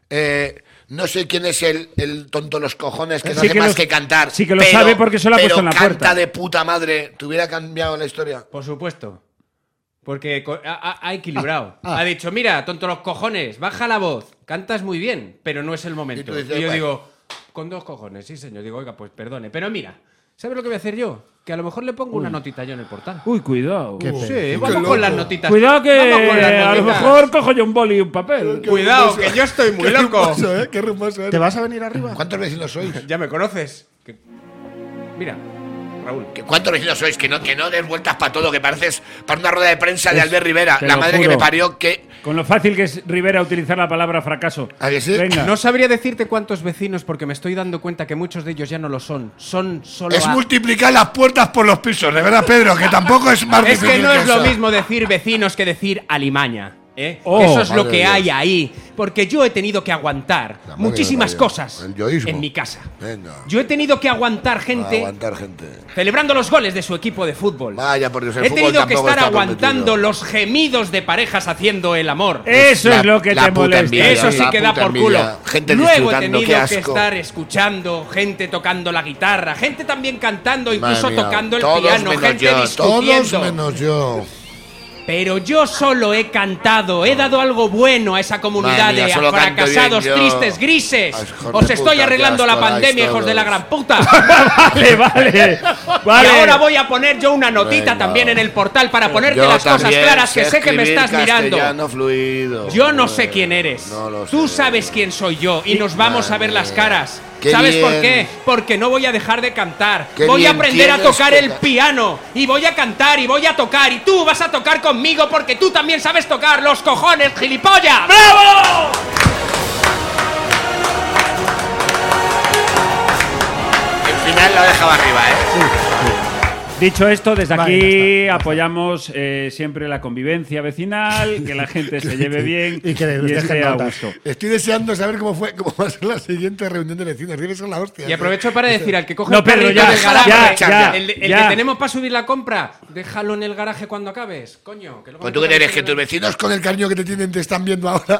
Speaker 4: eh, no sé quién es el, el tonto los cojones que
Speaker 5: Eh,
Speaker 4: no
Speaker 5: Sí
Speaker 4: hace
Speaker 5: que
Speaker 4: más
Speaker 5: lo-
Speaker 4: que cantar.
Speaker 5: sí que lo sabe porque se lo ha
Speaker 4: pero
Speaker 5: puesto en la
Speaker 4: canta
Speaker 5: puerta.
Speaker 4: de puta madre. Te hubiera cambiado la historia.
Speaker 2: Por supuesto. Porque co- ha, ha- ha equilibrado.
Speaker 4: Ah,
Speaker 2: Ha dicho, mira, tonto los cojones, baja la voz, cantas muy bien, pero no es el
Speaker 4: Y tú
Speaker 2: momento. Y,
Speaker 4: dices,
Speaker 2: yo
Speaker 4: "Bueno".
Speaker 2: digo, con dos cojones, sí señor. Digo, oiga, pues perdone. Pero mira, ¿sabes lo que voy a hacer yo? Que a lo mejor le pongo una notita yo en el portal.
Speaker 5: Uy, cuidado.
Speaker 9: Qué
Speaker 5: Uy.
Speaker 9: pena.
Speaker 2: Sí,
Speaker 9: Qué
Speaker 2: vamos
Speaker 4: loco.
Speaker 2: con las notitas.
Speaker 5: Cuidado que
Speaker 2: Vamos con las
Speaker 5: a lo
Speaker 2: notitas.
Speaker 5: mejor cojo yo un boli y un papel.
Speaker 2: Cuidado, que yo estoy muy loco.
Speaker 9: Hermoso, ¿eh? Qué hermoso. ¿eh?
Speaker 8: ¿Te vas a venir arriba?
Speaker 4: ¿Cuántos vecinos sois?
Speaker 2: Ya me conoces. Que- Mira, Raúl.
Speaker 4: ¿Que ¿Cuántos vecinos sois? Que no, que no des vueltas para todo, que pareces para una rueda de prensa de Albert Rivera,
Speaker 5: te
Speaker 4: la
Speaker 5: lo
Speaker 4: madre que
Speaker 5: juro.
Speaker 4: me parió, que.
Speaker 5: Con lo fácil que es Rivera utilizar la palabra fracaso.
Speaker 4: ¿A que sí?
Speaker 5: Venga.
Speaker 2: No sabría decirte cuántos vecinos porque me estoy dando cuenta que muchos de ellos ya no lo son. Son solo
Speaker 4: Es
Speaker 2: a-
Speaker 4: multiplicar las puertas por los pisos, de verdad, Pedro, que tampoco es más
Speaker 2: Es que
Speaker 4: difícil
Speaker 2: no es lo
Speaker 4: eso.
Speaker 2: mismo decir vecinos que decir alimaña. ¿eh?
Speaker 5: Oh,
Speaker 2: Eso es lo
Speaker 4: madre
Speaker 2: que
Speaker 4: de
Speaker 2: hay
Speaker 4: Dios.
Speaker 2: ahí. Porque yo he tenido que aguantar
Speaker 4: La madre
Speaker 2: muchísimas
Speaker 4: de Dios.
Speaker 2: cosas
Speaker 4: El yoísmo.
Speaker 2: en mi casa.
Speaker 4: Venga.
Speaker 2: Yo he tenido que aguantar gente
Speaker 4: Aguantar gente.
Speaker 2: celebrando los goles de su equipo de fútbol.
Speaker 4: Vaya, por Dios, el
Speaker 2: he
Speaker 4: fútbol
Speaker 2: tenido que
Speaker 4: tampoco
Speaker 2: estar
Speaker 4: está
Speaker 2: aguantando
Speaker 4: permitido.
Speaker 2: los gemidos de parejas haciendo el amor.
Speaker 5: Eso
Speaker 4: La-
Speaker 5: es lo que
Speaker 4: la
Speaker 5: te
Speaker 4: puta
Speaker 5: molesta.
Speaker 4: envidia,
Speaker 2: Eso sí
Speaker 4: Eh, la
Speaker 2: que da
Speaker 4: puta
Speaker 2: por
Speaker 4: envidia.
Speaker 2: culo.
Speaker 4: Gente
Speaker 2: Luego he
Speaker 4: disfrutando,
Speaker 2: tenido
Speaker 4: qué
Speaker 2: que
Speaker 4: asco.
Speaker 2: estar escuchando gente tocando la guitarra, gente también cantando, incluso
Speaker 4: Madre mía,
Speaker 2: tocando el
Speaker 4: todos
Speaker 2: piano,
Speaker 4: menos
Speaker 2: gente
Speaker 4: yo,
Speaker 2: discutiendo.
Speaker 4: Todos menos yo.
Speaker 2: Pero yo solo he cantado, he dado algo bueno a esa comunidad
Speaker 4: Madre mía,
Speaker 2: de
Speaker 4: solo canto
Speaker 2: fracasados,
Speaker 4: bien yo.
Speaker 2: tristes, grises.
Speaker 4: Ay, hijos
Speaker 2: Os
Speaker 4: de
Speaker 2: estoy
Speaker 4: puta,
Speaker 2: arreglando
Speaker 4: qué
Speaker 2: la
Speaker 4: asco
Speaker 2: pandemia,
Speaker 4: dais
Speaker 2: hijos de la
Speaker 4: todos.
Speaker 2: gran puta.
Speaker 5: Vale, vale. vale.
Speaker 2: Y ahora voy a poner yo una notita
Speaker 4: Venga.
Speaker 2: también en el portal para ponerte
Speaker 4: Yo
Speaker 2: las cosas
Speaker 4: también
Speaker 2: claras que sé que me
Speaker 4: escribir
Speaker 2: estás mirando.
Speaker 4: castellano fluido.
Speaker 2: Yo no
Speaker 4: Joder,
Speaker 2: sé quién eres.
Speaker 4: no lo
Speaker 2: Tú
Speaker 4: sé.
Speaker 2: sabes quién soy yo y nos vamos a ver las caras.
Speaker 4: Qué
Speaker 2: ¿Sabes
Speaker 4: bien.
Speaker 2: por qué? Porque no voy a dejar de cantar.
Speaker 4: Qué
Speaker 2: voy a
Speaker 4: bien
Speaker 2: aprender a
Speaker 4: tienes
Speaker 2: tocar
Speaker 4: que
Speaker 2: el
Speaker 4: ca-
Speaker 2: piano y voy a cantar y voy a tocar y tú vas a tocar conmigo porque tú también sabes tocar los cojones, gilipollas. ¡Bravo!
Speaker 4: El final la dejaba arriba, ¿eh?
Speaker 5: Dicho esto, desde
Speaker 9: Vale,
Speaker 5: aquí
Speaker 9: ya está, ya
Speaker 5: apoyamos eh, siempre la convivencia vecinal, que la gente se lleve bien
Speaker 9: Y que les dejen
Speaker 5: esté a
Speaker 9: nota.
Speaker 5: gusto.
Speaker 4: Estoy deseando saber cómo fue, cómo va a ser la siguiente reunión de vecinos. Ribes son la hostia.
Speaker 2: Y aprovecho para decir al que coge
Speaker 5: No,
Speaker 2: el
Speaker 5: Pedro,
Speaker 2: perrito
Speaker 5: ya,
Speaker 2: del
Speaker 5: ya,
Speaker 2: garaje,
Speaker 5: ya,
Speaker 2: el, el
Speaker 5: ya.
Speaker 2: que tenemos para subir la compra, déjalo en el garaje cuando acabes, coño. que luego
Speaker 4: Pues
Speaker 2: me
Speaker 4: tú
Speaker 2: toca
Speaker 4: que eres
Speaker 2: el-
Speaker 4: que tus vecinos con el cariño que te tienen te están viendo ahora.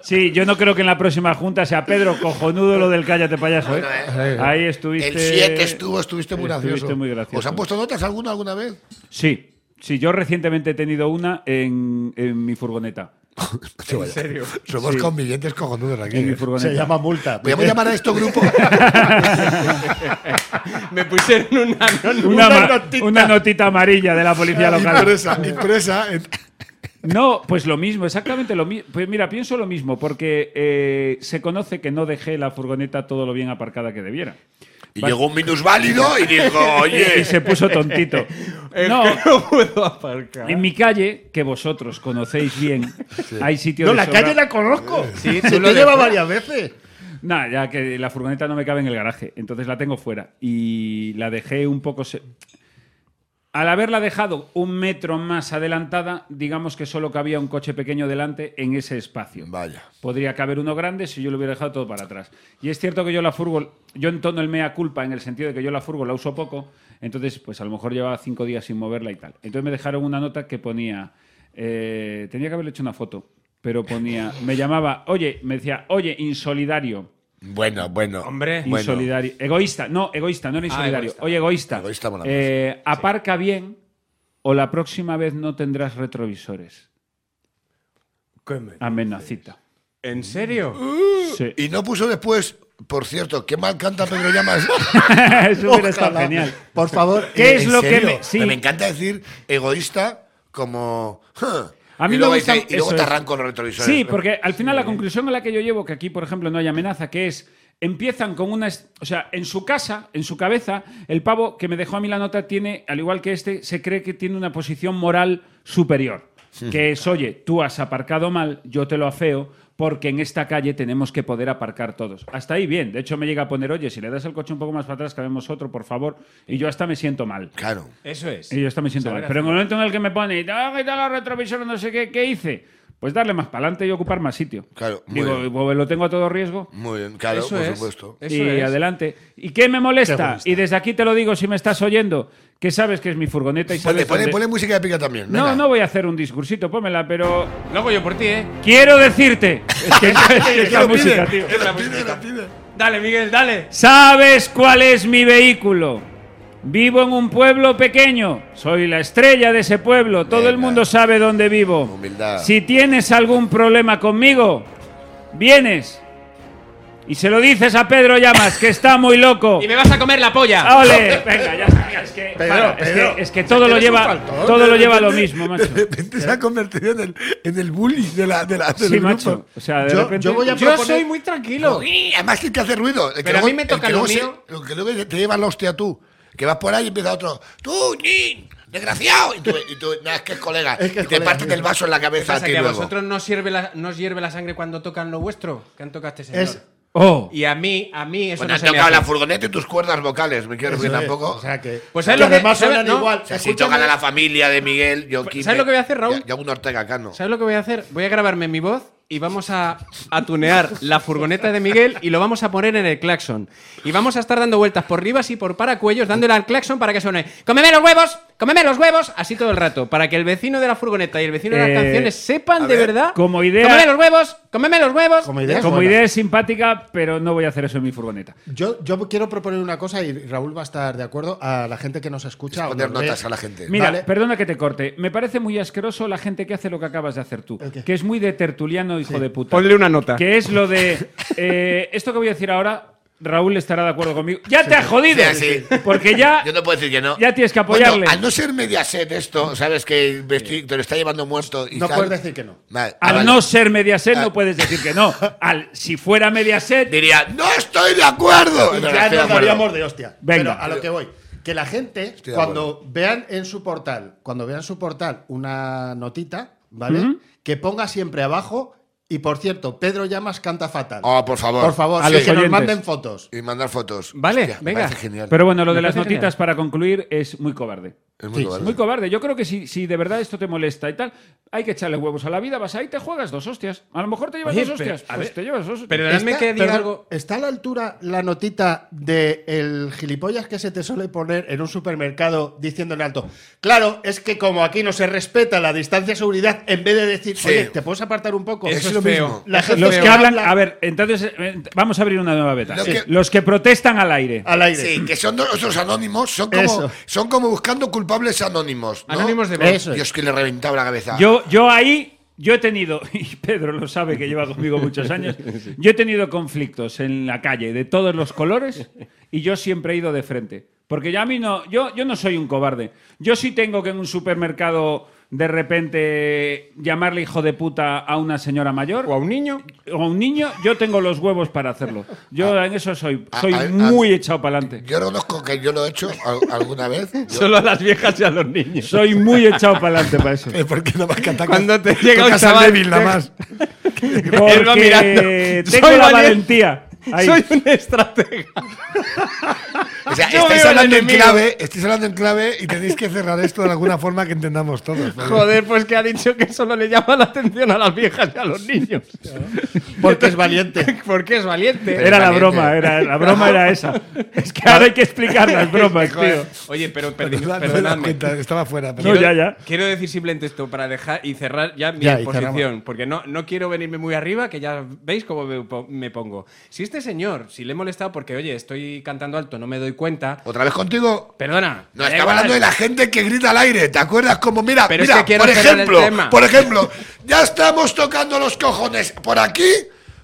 Speaker 5: Sí, yo no creo que en la próxima junta sea Pedro cojonudo lo del cállate payaso. ¿eh? Ahí estuviste.
Speaker 4: El 7 estuvo, estuviste muy
Speaker 5: estuviste
Speaker 4: gracioso.
Speaker 5: muy gracioso.
Speaker 4: ¿Os han puesto notas alguna alguna vez?
Speaker 5: Sí, sí, yo recientemente he tenido una en, en mi furgoneta.
Speaker 4: ¿En serio? Somos
Speaker 5: Sí.
Speaker 4: convivientes cojonudos aquí.
Speaker 5: En mi
Speaker 4: ¿eh?
Speaker 5: furgoneta.
Speaker 8: Se llama multa.
Speaker 4: Voy a llamar a esto grupo.
Speaker 2: Me pusieron una,
Speaker 5: una,
Speaker 8: una
Speaker 5: ma-
Speaker 8: notita.
Speaker 5: una notita amarilla de la policía local.
Speaker 4: impresa, impresa. en-
Speaker 5: No, pues lo mismo, exactamente lo mismo. Pues mira, pienso lo mismo, porque eh, se conoce que no dejé la furgoneta todo lo bien aparcada que debiera.
Speaker 4: Y llegó un minusválido y dijo,
Speaker 5: Y
Speaker 4: oye.
Speaker 5: se puso tontito. No,
Speaker 2: no puedo aparcar.
Speaker 5: en mi calle, que vosotros conocéis bien, hay sitio
Speaker 8: No,
Speaker 5: de
Speaker 8: la
Speaker 5: sobra-
Speaker 8: calle la conozco.
Speaker 2: Sí, tú
Speaker 8: Se
Speaker 2: lo
Speaker 8: lo lleva
Speaker 2: de-
Speaker 8: varias veces.
Speaker 5: Nah, ya que la furgoneta no me cabe en el garaje, entonces la tengo fuera. Y la dejé un poco... se- Al haberla dejado un metro más adelantada, digamos que solo cabía un coche pequeño delante en ese espacio.
Speaker 4: Vaya.
Speaker 5: Podría caber uno grande si yo lo hubiera dejado todo para atrás. Y es cierto que yo la furgo, yo entono el mea culpa en el sentido de que yo la furgo la uso poco, entonces pues a lo mejor llevaba cinco días sin moverla y tal. Entonces me dejaron una nota que ponía, eh, tenía que haberle hecho una foto, pero ponía, me llamaba, oye, me decía, oye, insolidario.
Speaker 4: Bueno, bueno.
Speaker 2: Hombre.
Speaker 4: Bueno.
Speaker 5: Insolidario. Egoísta, no, egoísta, no era insolidario.
Speaker 2: egoísta.
Speaker 5: Oye, egoísta.
Speaker 4: Egoísta mola más.
Speaker 5: eh, aparca bien o la próxima vez no tendrás retrovisores. Amenacita.
Speaker 2: ¿En serio?
Speaker 5: Sí.
Speaker 4: Y no puso después, por cierto, qué mal canta Pedro Llamas.
Speaker 5: Eso hubiera estado
Speaker 8: Ojalá.
Speaker 5: genial.
Speaker 8: Por favor.
Speaker 5: ¿Qué
Speaker 8: eh,
Speaker 5: es
Speaker 8: en
Speaker 5: lo que
Speaker 8: serio.
Speaker 5: me.? Sí,
Speaker 4: Me encanta decir egoísta como. "Huh".
Speaker 5: A mí me
Speaker 4: y luego,
Speaker 5: gusta-
Speaker 4: dice, y luego
Speaker 5: eso
Speaker 4: te
Speaker 5: es.
Speaker 4: arranco los retrovisores.
Speaker 5: sí, porque al final la conclusión a la que yo llevo, que aquí, por ejemplo, no hay amenaza, que es. Empiezan con una. es- O sea, en su casa, en su cabeza, el pavo que me dejó a mí la nota tiene, al igual que este, se cree que tiene una posición moral superior. Que es, oye, tú has aparcado mal, yo te lo afeo, porque en esta calle tenemos que poder aparcar todos. Hasta ahí bien. De hecho, me llega a poner, oye, si le das el coche un poco más para atrás, cabemos otro, por favor. Y yo hasta me siento mal.
Speaker 4: Claro.
Speaker 2: Eso es.
Speaker 5: Y yo hasta me siento mal. Pero en el momento en el que me pone, "Ah, quita los retrovisores, no sé qué, ¿qué hice? pues darle más para adelante y ocupar más sitio.
Speaker 4: Claro, muy
Speaker 5: Digo, Eh,
Speaker 4: bien.
Speaker 5: "Pues lo tengo a todo riesgo.
Speaker 4: Muy bien, claro,
Speaker 7: Eso
Speaker 4: por
Speaker 7: es.
Speaker 4: supuesto.
Speaker 7: Eso
Speaker 5: y
Speaker 7: es.
Speaker 5: adelante. ¿Y qué me molesta?
Speaker 8: bonista.
Speaker 5: y desde aquí te lo digo si me estás oyendo, que sabes que es mi furgoneta y
Speaker 4: Ponle,
Speaker 5: sabes
Speaker 4: ponle-
Speaker 5: dónde-
Speaker 4: ponle música de pica también.
Speaker 5: No,
Speaker 4: venga.
Speaker 5: no voy a hacer un discursito, pómela, pero
Speaker 7: Lo hago yo por ti, ¿eh?
Speaker 5: quiero decirte. Es que, es que esta música, tío.
Speaker 4: Que la pide, la pide.
Speaker 7: Dale, Miguel, dale.
Speaker 5: ¿Sabes cuál es mi vehículo? Vivo en un pueblo pequeño. Soy la estrella de ese pueblo. Todo el
Speaker 4: Venga.
Speaker 5: mundo sabe dónde vivo.
Speaker 4: Humildad.
Speaker 5: Si tienes algún problema conmigo, vienes y se lo dices a Pedro Llamas, que está muy loco.
Speaker 2: Y me vas a comer la polla.
Speaker 5: ¡Ole! Venga, ya está. Es que,
Speaker 8: Pedro,
Speaker 5: para, es
Speaker 8: Pedro,
Speaker 5: que, es que todo lo
Speaker 8: eres un
Speaker 5: lleva,
Speaker 8: faltón,
Speaker 5: todo lo
Speaker 8: de
Speaker 5: lleva a lo
Speaker 4: repente-
Speaker 5: mismo, macho.
Speaker 4: De repente se ha convertido en el, en el bully de la, de la, del
Speaker 5: Sí,
Speaker 4: grupo.
Speaker 5: macho. O sea, de
Speaker 8: Yo-
Speaker 5: repente.
Speaker 8: yo voy a-
Speaker 2: Yo
Speaker 8: proponer-
Speaker 2: soy muy tranquilo.
Speaker 4: Y Además el que hace ruido. el que
Speaker 2: Pero a
Speaker 4: luego-
Speaker 2: mí me
Speaker 4: el
Speaker 2: toca
Speaker 4: que
Speaker 2: lo
Speaker 4: luego se-
Speaker 2: mío.
Speaker 4: lo que luego te lleva la hostia tú. Que vas por ahí y empieza otro. ¡Tú, ni! ¡Desgraciado! Y tú, y tú, no, es que es colega.
Speaker 8: Es que es
Speaker 4: y te
Speaker 8: colega,
Speaker 4: partes el vaso en la cabeza a
Speaker 2: pasa
Speaker 4: ti
Speaker 2: que a
Speaker 4: luego.
Speaker 2: vosotros no sirve la, no os hierve la sangre cuando tocan lo vuestro, que han tocado a este señor.
Speaker 8: Es-
Speaker 5: ¡Oh!
Speaker 2: Y a mí, a mí eso
Speaker 4: Bueno,
Speaker 2: no
Speaker 4: han
Speaker 2: se me
Speaker 4: tocado la
Speaker 2: hace.
Speaker 4: furgoneta y tus cuerdas vocales. Me quiero
Speaker 8: Eso
Speaker 4: decir
Speaker 8: es,
Speaker 4: tampoco.
Speaker 8: O sea que.
Speaker 2: Pues ¿sabes
Speaker 8: que
Speaker 2: lo que-
Speaker 8: además
Speaker 2: ¿sabes?
Speaker 8: suenan
Speaker 2: No.
Speaker 8: igual.
Speaker 4: O sea, si
Speaker 2: Escúchame.
Speaker 4: tocan a la familia de Miguel, yo aquí
Speaker 2: Pues, ¿Sabes
Speaker 4: me-
Speaker 2: lo que voy a hacer, Raúl?
Speaker 4: Ya- ya un Ortega Cano.
Speaker 2: ¿Sabes lo que voy a hacer? Voy a grabarme mi voz y vamos a, a tunear la furgoneta de Miguel y lo vamos a poner en el claxon. Y vamos a estar dando vueltas por ribas y por paracuellos, dándole al claxon para que suene ¡Cómeme los huevos! ¡Cómeme los huevos! Así todo el rato, para que el vecino de la furgoneta y el vecino de
Speaker 5: Eh,
Speaker 2: las canciones sepan
Speaker 4: a
Speaker 2: de
Speaker 4: ver,
Speaker 2: verdad
Speaker 5: como idea-
Speaker 2: ¡Cómeme los huevos! ¡Cómeme los huevos!
Speaker 8: Como idea. es
Speaker 5: Como
Speaker 8: buena.
Speaker 5: idea es simpática, pero no voy a hacer eso en mi furgoneta.
Speaker 8: Yo, yo quiero proponer una cosa y Raúl va a estar de acuerdo a la gente que nos escucha. o
Speaker 4: Poner
Speaker 8: nos ve.
Speaker 2: eh,
Speaker 4: notas a la gente.
Speaker 5: Mira,
Speaker 8: Vale.
Speaker 5: perdona que te corte. Me parece muy asqueroso la gente que hace lo que acabas de hacer tú,
Speaker 8: ¿El qué?
Speaker 5: que es muy de tertuliano, hijo de puta.
Speaker 2: Ponle una nota.
Speaker 5: Que es lo de. eh, esto que voy a decir ahora, Raúl estará de acuerdo conmigo. ¡Ya te has jodido!
Speaker 4: Sí, sí.
Speaker 5: Porque ya.
Speaker 4: Yo no puedo decir que no.
Speaker 5: Ya tienes que
Speaker 4: Bueno,
Speaker 5: apoyarle.
Speaker 4: al no ser Mediaset esto, sabes que el vesti- te lo está llevando muerto y
Speaker 8: No
Speaker 4: tal.
Speaker 8: puedes decir que no.
Speaker 4: Vale, ah,
Speaker 5: Al
Speaker 4: vale.
Speaker 5: no ser Mediaset,
Speaker 4: Ah.
Speaker 5: no puedes decir que no. Al si fuera Mediaset.
Speaker 4: Diría, ¡no estoy de acuerdo!
Speaker 8: Y
Speaker 4: No, no
Speaker 8: ya
Speaker 4: estoy de
Speaker 8: nos
Speaker 4: acuerdo.
Speaker 8: daríamos de hostia.
Speaker 5: Venga.
Speaker 8: Pero a lo que voy. Que la gente,
Speaker 4: de
Speaker 8: cuando vean en su portal, cuando vean su portal una notita, ¿vale? Que ponga siempre abajo. Y por cierto, Pedro Llamas canta fatal.
Speaker 4: Oh, por favor.
Speaker 8: Por favor,
Speaker 5: A
Speaker 8: sí,
Speaker 5: los
Speaker 8: que nos
Speaker 5: oyentes.
Speaker 8: manden fotos.
Speaker 4: Y mandar fotos.
Speaker 2: Vale,
Speaker 4: me
Speaker 2: venga.
Speaker 4: parece genial.
Speaker 5: Pero bueno, lo
Speaker 2: Me
Speaker 5: de las
Speaker 2: parece
Speaker 5: notitas para concluir es muy cobarde.
Speaker 4: es muy
Speaker 8: sí,
Speaker 4: cobarde.
Speaker 5: Muy cobarde. Yo creo que si, si de verdad esto te molesta y tal, hay que echarle huevos a la vida. Vas ahí, te juegas dos hostias. A lo mejor te llevas
Speaker 2: Oye,
Speaker 5: dos
Speaker 2: pero-
Speaker 5: hostias.
Speaker 2: a
Speaker 5: Pues
Speaker 2: ver,
Speaker 5: te llevas dos hostias.
Speaker 2: pero dadme que diga
Speaker 8: perdón,
Speaker 2: algo.
Speaker 8: ¿Está a la altura la notita de el gilipollas que se te suele poner en un supermercado diciendo en alto? Claro, es que como aquí no se respeta la distancia de seguridad, en vez de decir,
Speaker 4: Sí.
Speaker 8: oye, ¿te puedes apartar un poco?
Speaker 2: Eso
Speaker 4: es lo
Speaker 2: feo.
Speaker 4: mismo.
Speaker 8: La gente
Speaker 5: los que hablan. A ver, entonces eh, vamos a abrir una nueva beta.
Speaker 4: Lo que-
Speaker 5: Los que protestan al aire.
Speaker 8: al aire.
Speaker 4: Sí, que son nuestros anónimos, son como,
Speaker 8: Eso.
Speaker 4: son como buscando culpables anónimos. ¿no?
Speaker 2: Anónimos de voz.
Speaker 8: Eso es.
Speaker 4: Dios, que le reventaba la cabeza.
Speaker 5: Yo, yo ahí, yo he tenido, y Pedro lo sabe que lleva conmigo muchos años, yo he tenido conflictos en la calle de todos los colores y yo siempre he ido de frente. Porque ya a mí no, yo, yo no soy un cobarde. Yo sí tengo que en un supermercado de repente llamarle hijo de puta a una señora mayor
Speaker 2: O a un niño.
Speaker 5: o a un niño, yo tengo los huevos para hacerlo. Yo en eso soy,
Speaker 4: a-
Speaker 5: soy
Speaker 4: a- a-
Speaker 5: muy echado para adelante.
Speaker 4: Yo reconozco que yo lo he hecho al- alguna vez. Yo-
Speaker 2: Solo a las viejas y a los niños.
Speaker 5: Soy muy echado para adelante para eso.
Speaker 4: Eh, porque nada más que atacas-
Speaker 2: Cuando te llega un
Speaker 4: tocas al
Speaker 2: chaval,
Speaker 4: débil, nada más.
Speaker 2: Él va mirando.
Speaker 5: Porque tengo
Speaker 2: Soy
Speaker 5: la
Speaker 2: valiente.
Speaker 5: valentía. Ahí.
Speaker 2: Soy un estratega.
Speaker 4: O sea,
Speaker 2: Yo
Speaker 4: estáis
Speaker 2: veo al
Speaker 4: hablando, en
Speaker 2: enemigo.
Speaker 4: clave, estáis hablando en clave y tenéis que cerrar esto de alguna forma que entendamos todos. ¿vale?
Speaker 2: Joder, pues que ha dicho que solo le llama la atención a las viejas y a los niños.
Speaker 8: Porque es valiente.
Speaker 2: Porque es valiente.
Speaker 5: Era la
Speaker 4: valiente.
Speaker 5: broma, era, la broma era esa. Es que ahora hay que explicar las bromas, tío.
Speaker 2: Joder. Oye, pero perdi-
Speaker 4: No me he dado
Speaker 2: perdonadme.
Speaker 4: cuenta, estaba fuera.
Speaker 5: No, ya, ya.
Speaker 2: Quiero decir simplemente esto para dejar y cerrar ya mi
Speaker 8: Ya, y
Speaker 2: exposición,
Speaker 8: cerramos.
Speaker 2: porque no, no quiero venirme muy arriba, que ya veis cómo me, po- me pongo. Si este señor, si le he molestado porque, oye, estoy cantando alto, no me doy cuenta,
Speaker 4: ¿Otra vez contigo?
Speaker 2: perdona.
Speaker 4: No,
Speaker 2: me da
Speaker 4: estaba
Speaker 2: igual.
Speaker 4: hablando de la gente que grita al aire, ¿te acuerdas? Como, mira,
Speaker 2: Pero es
Speaker 4: mira,
Speaker 2: que quiero
Speaker 4: por
Speaker 2: cerrar el
Speaker 4: ejemplo,
Speaker 2: tema.
Speaker 4: por ejemplo, ya estamos tocando los cojones por aquí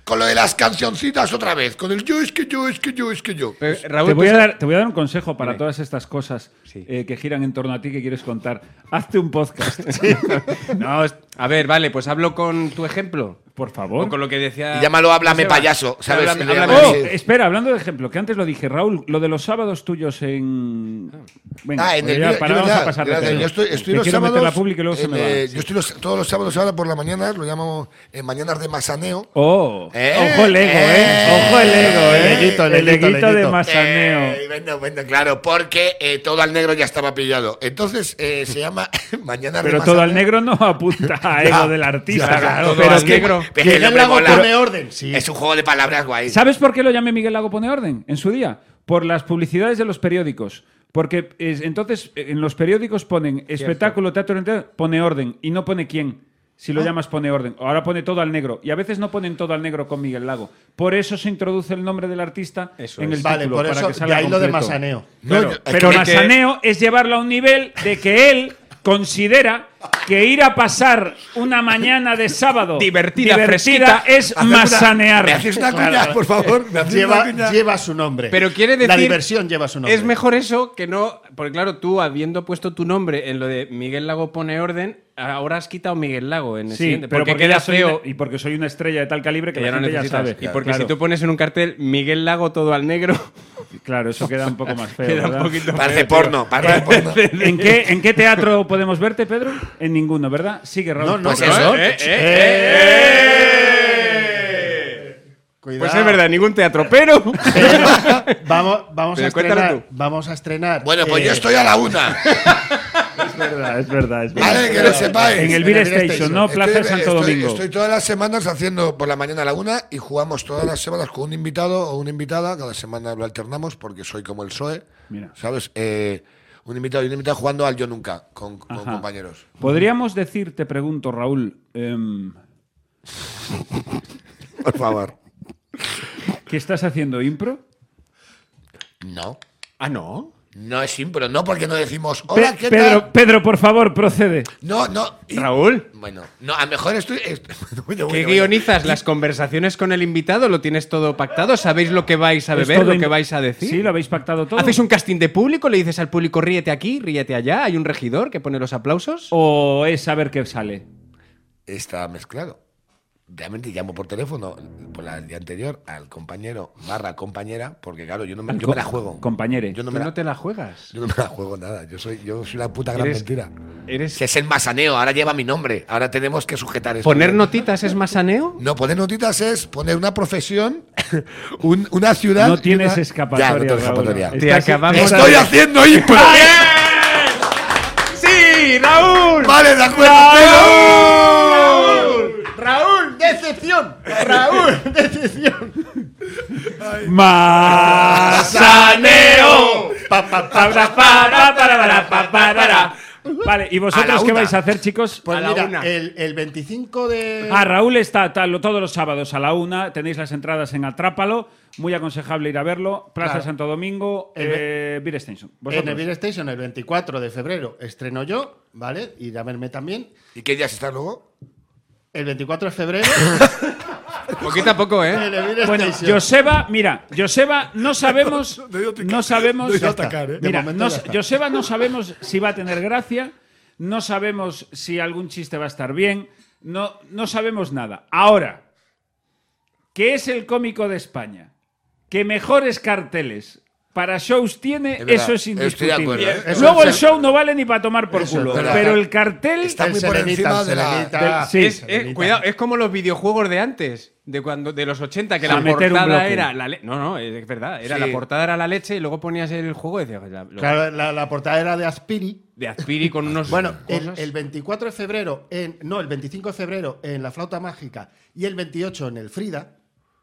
Speaker 4: con lo de las cancioncitas otra vez, con el yo es que yo es que yo es que yo.
Speaker 2: Pero, Raúl,
Speaker 5: Te voy,
Speaker 2: tú
Speaker 5: a
Speaker 2: sabes-
Speaker 5: dar, te voy a dar un consejo para
Speaker 2: Dime.
Speaker 5: todas estas cosas
Speaker 2: Sí.
Speaker 5: eh, que giran en torno a ti que quieres contar. Hazte un podcast.
Speaker 2: No, es- a ver, vale, pues hablo pues con tu ejemplo.
Speaker 5: Por favor.
Speaker 7: O con lo que decía.
Speaker 4: Y llámalo háblame
Speaker 7: Joseba.
Speaker 4: payaso, ¿sabes?
Speaker 7: Háblame-
Speaker 4: Le
Speaker 7: háblame-
Speaker 4: llaman
Speaker 5: Oh,
Speaker 4: así.
Speaker 5: espera, hablando de ejemplo, que antes lo dije, Raúl, lo de los sábados tuyos en. Venga,
Speaker 4: Ah, en
Speaker 5: pues
Speaker 4: el
Speaker 5: ya
Speaker 4: yo-
Speaker 5: para, vamos
Speaker 4: verdad,
Speaker 5: a pasar de
Speaker 4: verdad,
Speaker 5: tema.
Speaker 4: Yo estoy, estoy
Speaker 5: Que
Speaker 4: los
Speaker 5: quiero meter
Speaker 4: sábados.
Speaker 5: la publi y luego se
Speaker 4: en,
Speaker 5: me va.
Speaker 4: eh, Yo estoy los- todos los sábados ahora por la mañana, lo llamo eh, mañanas de masaneo.
Speaker 5: Oh,
Speaker 4: Eh,
Speaker 5: ojo el ego, eh.
Speaker 4: eh.
Speaker 5: Ojo el ego, eh.
Speaker 8: El eguito, el
Speaker 5: el
Speaker 8: eguito, el
Speaker 5: eguito de
Speaker 8: eguito.
Speaker 5: Masaneo.
Speaker 4: Eh, bueno, bueno, claro, porque eh, todo al negro ya estaba pillado. Entonces eh, se llama mañanas de
Speaker 5: Pero
Speaker 4: masaneo.
Speaker 5: todo al negro no apunta a ego del artista.
Speaker 4: ya, claro,
Speaker 5: claro,
Speaker 4: todo
Speaker 5: pero
Speaker 4: al
Speaker 5: que-
Speaker 2: negro.
Speaker 4: Pero es que el
Speaker 8: Miguel
Speaker 4: hombre
Speaker 8: Lago
Speaker 4: mola.
Speaker 8: pone orden, sí.
Speaker 4: Es un juego de palabras guay.
Speaker 5: ¿Sabes por qué lo llamé Miguel Lago Pone Orden en su día? Por las publicidades de los periódicos. Porque es- entonces eh, en los periódicos ponen espectáculo, teatro, entero, pone orden y no pone quién. Si
Speaker 4: Ah.
Speaker 5: lo llamas pone orden. Ahora pone todo al negro. Y a veces no ponen todo al negro con Miguel Lago. Por eso se introduce el nombre del artista
Speaker 7: Eso
Speaker 5: en
Speaker 7: es.
Speaker 5: el
Speaker 8: Vale,
Speaker 5: título.
Speaker 8: por
Speaker 5: para
Speaker 8: eso,
Speaker 5: que
Speaker 8: de
Speaker 5: salga
Speaker 8: ahí lo de
Speaker 5: completo.
Speaker 8: masaneo.
Speaker 4: No,
Speaker 5: Claro,
Speaker 4: yo-
Speaker 5: pero
Speaker 4: es que-
Speaker 5: masaneo es llevarlo a un nivel de que él considera que ir a pasar una mañana de sábado
Speaker 2: Divertida, fresquita,
Speaker 5: es
Speaker 4: Haced una-
Speaker 5: masanear.
Speaker 4: ¿Me haces una cuña, por favor? ¿Me haces una
Speaker 8: Lleva,
Speaker 4: cuña?
Speaker 8: lleva su nombre.
Speaker 2: Pero quiere decir.
Speaker 8: La diversión lleva su nombre.
Speaker 2: Es mejor eso que no. Porque claro, tú habiendo puesto tu nombre en lo de Miguel Lago pone orden, ahora has quitado Miguel Lago en el
Speaker 5: Sí,
Speaker 2: siguiente.
Speaker 5: pero
Speaker 2: porque,
Speaker 5: porque,
Speaker 2: queda
Speaker 5: ya soy
Speaker 2: feo.
Speaker 5: una- y porque soy una estrella de tal calibre que,
Speaker 2: Que ya
Speaker 5: la
Speaker 2: no
Speaker 5: gente ya
Speaker 2: necesitas.
Speaker 5: sabe.
Speaker 2: y porque
Speaker 5: claro,
Speaker 2: si tú pones en un cartel Miguel Lago todo al negro,
Speaker 5: claro, eso queda un poco más feo.
Speaker 2: queda
Speaker 5: ¿verdad?
Speaker 2: un poquito.
Speaker 4: Parece porno, parece porno.
Speaker 5: ¿En qué, ¿En qué teatro podemos verte, Pedro? En ninguno, ¿verdad? Sigue, Raúl.
Speaker 8: No, no,
Speaker 4: Pues
Speaker 8: no.
Speaker 4: eso.
Speaker 2: Eh, eh, eh.
Speaker 8: Cuidado.
Speaker 2: Pues es verdad, ningún teatro, pero.
Speaker 8: Vamos, vamos, a
Speaker 2: Pero cuéntalo
Speaker 8: estrenar,
Speaker 2: tú.
Speaker 8: vamos a estrenar.
Speaker 4: Bueno, pues
Speaker 8: eh,
Speaker 4: yo estoy a la una.
Speaker 5: Es verdad, es verdad. es verdad.
Speaker 4: Vale, que lo sepáis.
Speaker 5: En el Beer Station, ¿no? Plaza
Speaker 4: Estoy-
Speaker 5: Santo
Speaker 4: estoy-
Speaker 5: Domingo.
Speaker 4: Estoy todas las semanas haciendo por la mañana a la una y jugamos todas las semanas con un invitado o una invitada. Cada semana lo alternamos porque soy como el SOE.
Speaker 5: Mira.
Speaker 4: ¿Sabes? Eh, un invitado y un invitado jugando al Yo Nunca con, con
Speaker 5: Ajá.
Speaker 4: compañeros.
Speaker 5: Podríamos decir, te pregunto, Raúl, em,
Speaker 4: Por favor.
Speaker 5: ¿qué estás haciendo impro?
Speaker 4: No.
Speaker 2: Ah, no.
Speaker 4: No es impro, no porque no decimos hola,
Speaker 5: Pe-
Speaker 4: ¿qué
Speaker 5: Pedro,
Speaker 4: tal?
Speaker 5: Pedro, por favor, procede.
Speaker 4: No, no. y-
Speaker 2: Raúl.
Speaker 4: Bueno, no, a lo mejor estoy. est- bueno, bueno,
Speaker 2: ¿Qué
Speaker 4: bueno.
Speaker 2: guionizas? ¿Las conversaciones con el invitado? ¿Lo tienes todo pactado? ¿Sabéis lo que vais a
Speaker 5: Es
Speaker 2: beber?
Speaker 5: todo
Speaker 2: ¿Lo
Speaker 5: in-
Speaker 2: que vais a decir?
Speaker 5: Sí, lo habéis pactado todo.
Speaker 2: ¿Hacéis un casting de público? ¿Le dices al público ríete aquí, ríete allá? ¿Hay un regidor que pone los
Speaker 4: Oh,
Speaker 2: aplausos?
Speaker 5: ¿O es saber qué sale?
Speaker 4: Está mezclado. Realmente llamo por teléfono por la- el día anterior al compañero barra compañera, porque claro, yo no me, yo me la juego.
Speaker 5: Compañere.
Speaker 4: Yo no
Speaker 2: Tú
Speaker 4: me la,
Speaker 2: no te la juegas.
Speaker 4: yo no me la juego nada. Yo soy, yo soy una puta gran
Speaker 2: Eres-
Speaker 4: mentira.
Speaker 2: Eres...
Speaker 4: Si es el masaneo, ahora lleva mi nombre. Ahora tenemos que sujetar eso.
Speaker 2: ¿Poner notitas es masaneo?
Speaker 4: No, poner notitas es poner una profesión, un- una ciudad.
Speaker 5: No
Speaker 4: y
Speaker 5: tienes
Speaker 4: una-
Speaker 5: escapatoria.
Speaker 4: Ya, no tengo
Speaker 5: Raúl.
Speaker 4: escapatoria.
Speaker 2: Te
Speaker 5: Estás-
Speaker 2: acabamos-
Speaker 5: estás-
Speaker 4: Estoy haciendo impro.
Speaker 2: ¡Sí, Raúl!
Speaker 4: Vale, de acuerdo.
Speaker 2: ¡Raúl!
Speaker 8: ¡Decepción! Raúl, decepción.
Speaker 5: ¡Masaneo!
Speaker 8: Pa, pa, pa.
Speaker 5: Para, para, para, para, para, para. Vale, ¿y
Speaker 4: A
Speaker 5: vosotros
Speaker 4: la
Speaker 5: qué
Speaker 4: una.
Speaker 5: vais a hacer, chicos?
Speaker 8: Pues
Speaker 2: A la
Speaker 8: mira,
Speaker 2: una.
Speaker 8: el, el 25 de.
Speaker 5: Ah, Raúl está tal- todos los sábados a la una. Tenéis las entradas en Atrápalo. Muy aconsejable ir a verlo. Plaza
Speaker 8: Claro.
Speaker 5: Santo Domingo,
Speaker 8: En-
Speaker 5: eh, Beer Station.
Speaker 8: en el
Speaker 5: Vosotros.
Speaker 8: Beer Station, el 24 de febrero, estreno yo, ¿vale? Ir a verme también.
Speaker 4: ¿Y qué días está luego?
Speaker 8: El 24 de febrero,
Speaker 2: Poquito a poco, ¿eh?
Speaker 8: en el Beer
Speaker 5: Bueno,
Speaker 8: Station.
Speaker 5: Joseba, mira, Joseba, no sabemos. No, sabemos.
Speaker 8: a atacar, ¿eh? De
Speaker 5: Mira,
Speaker 8: momento
Speaker 5: no
Speaker 8: ya
Speaker 5: sa-
Speaker 8: está.
Speaker 5: Joseba, no sabemos si va a tener gracia, no sabemos si algún chiste va a estar bien, no, no sabemos nada. Ahora, que es el cómico de España que mejores carteles para shows tiene,
Speaker 4: Es verdad,
Speaker 5: eso es
Speaker 4: estoy de acuerdo,
Speaker 5: indiscutible.
Speaker 4: ¿eh? Eso
Speaker 5: Luego
Speaker 8: es-
Speaker 5: el show no vale ni para tomar por
Speaker 8: Eso es
Speaker 5: culo,
Speaker 8: verdad.
Speaker 5: pero el cartel
Speaker 4: Está
Speaker 8: El
Speaker 4: muy por
Speaker 8: Serenita,
Speaker 4: encima
Speaker 8: el
Speaker 4: de la. eh,
Speaker 8: Serenita.
Speaker 5: del- sí.
Speaker 2: Es- es- cuidado, es como los videojuegos de antes, de cuando de los 80, que
Speaker 5: A
Speaker 2: la
Speaker 5: meter un
Speaker 2: portada
Speaker 5: bloque.
Speaker 2: era la leche. No, no, es verdad. Era
Speaker 4: Sí.
Speaker 2: La portada era la leche y luego ponías el juego y decías, "Oye, la- lo-
Speaker 8: Claro, la, la portada era de Aspiri.
Speaker 2: de Aspiri con unos.
Speaker 8: Bueno, el,
Speaker 2: cosas".
Speaker 8: el 24 de febrero, en, no, el 25 de febrero en la flauta mágica y el 28 en el Frida,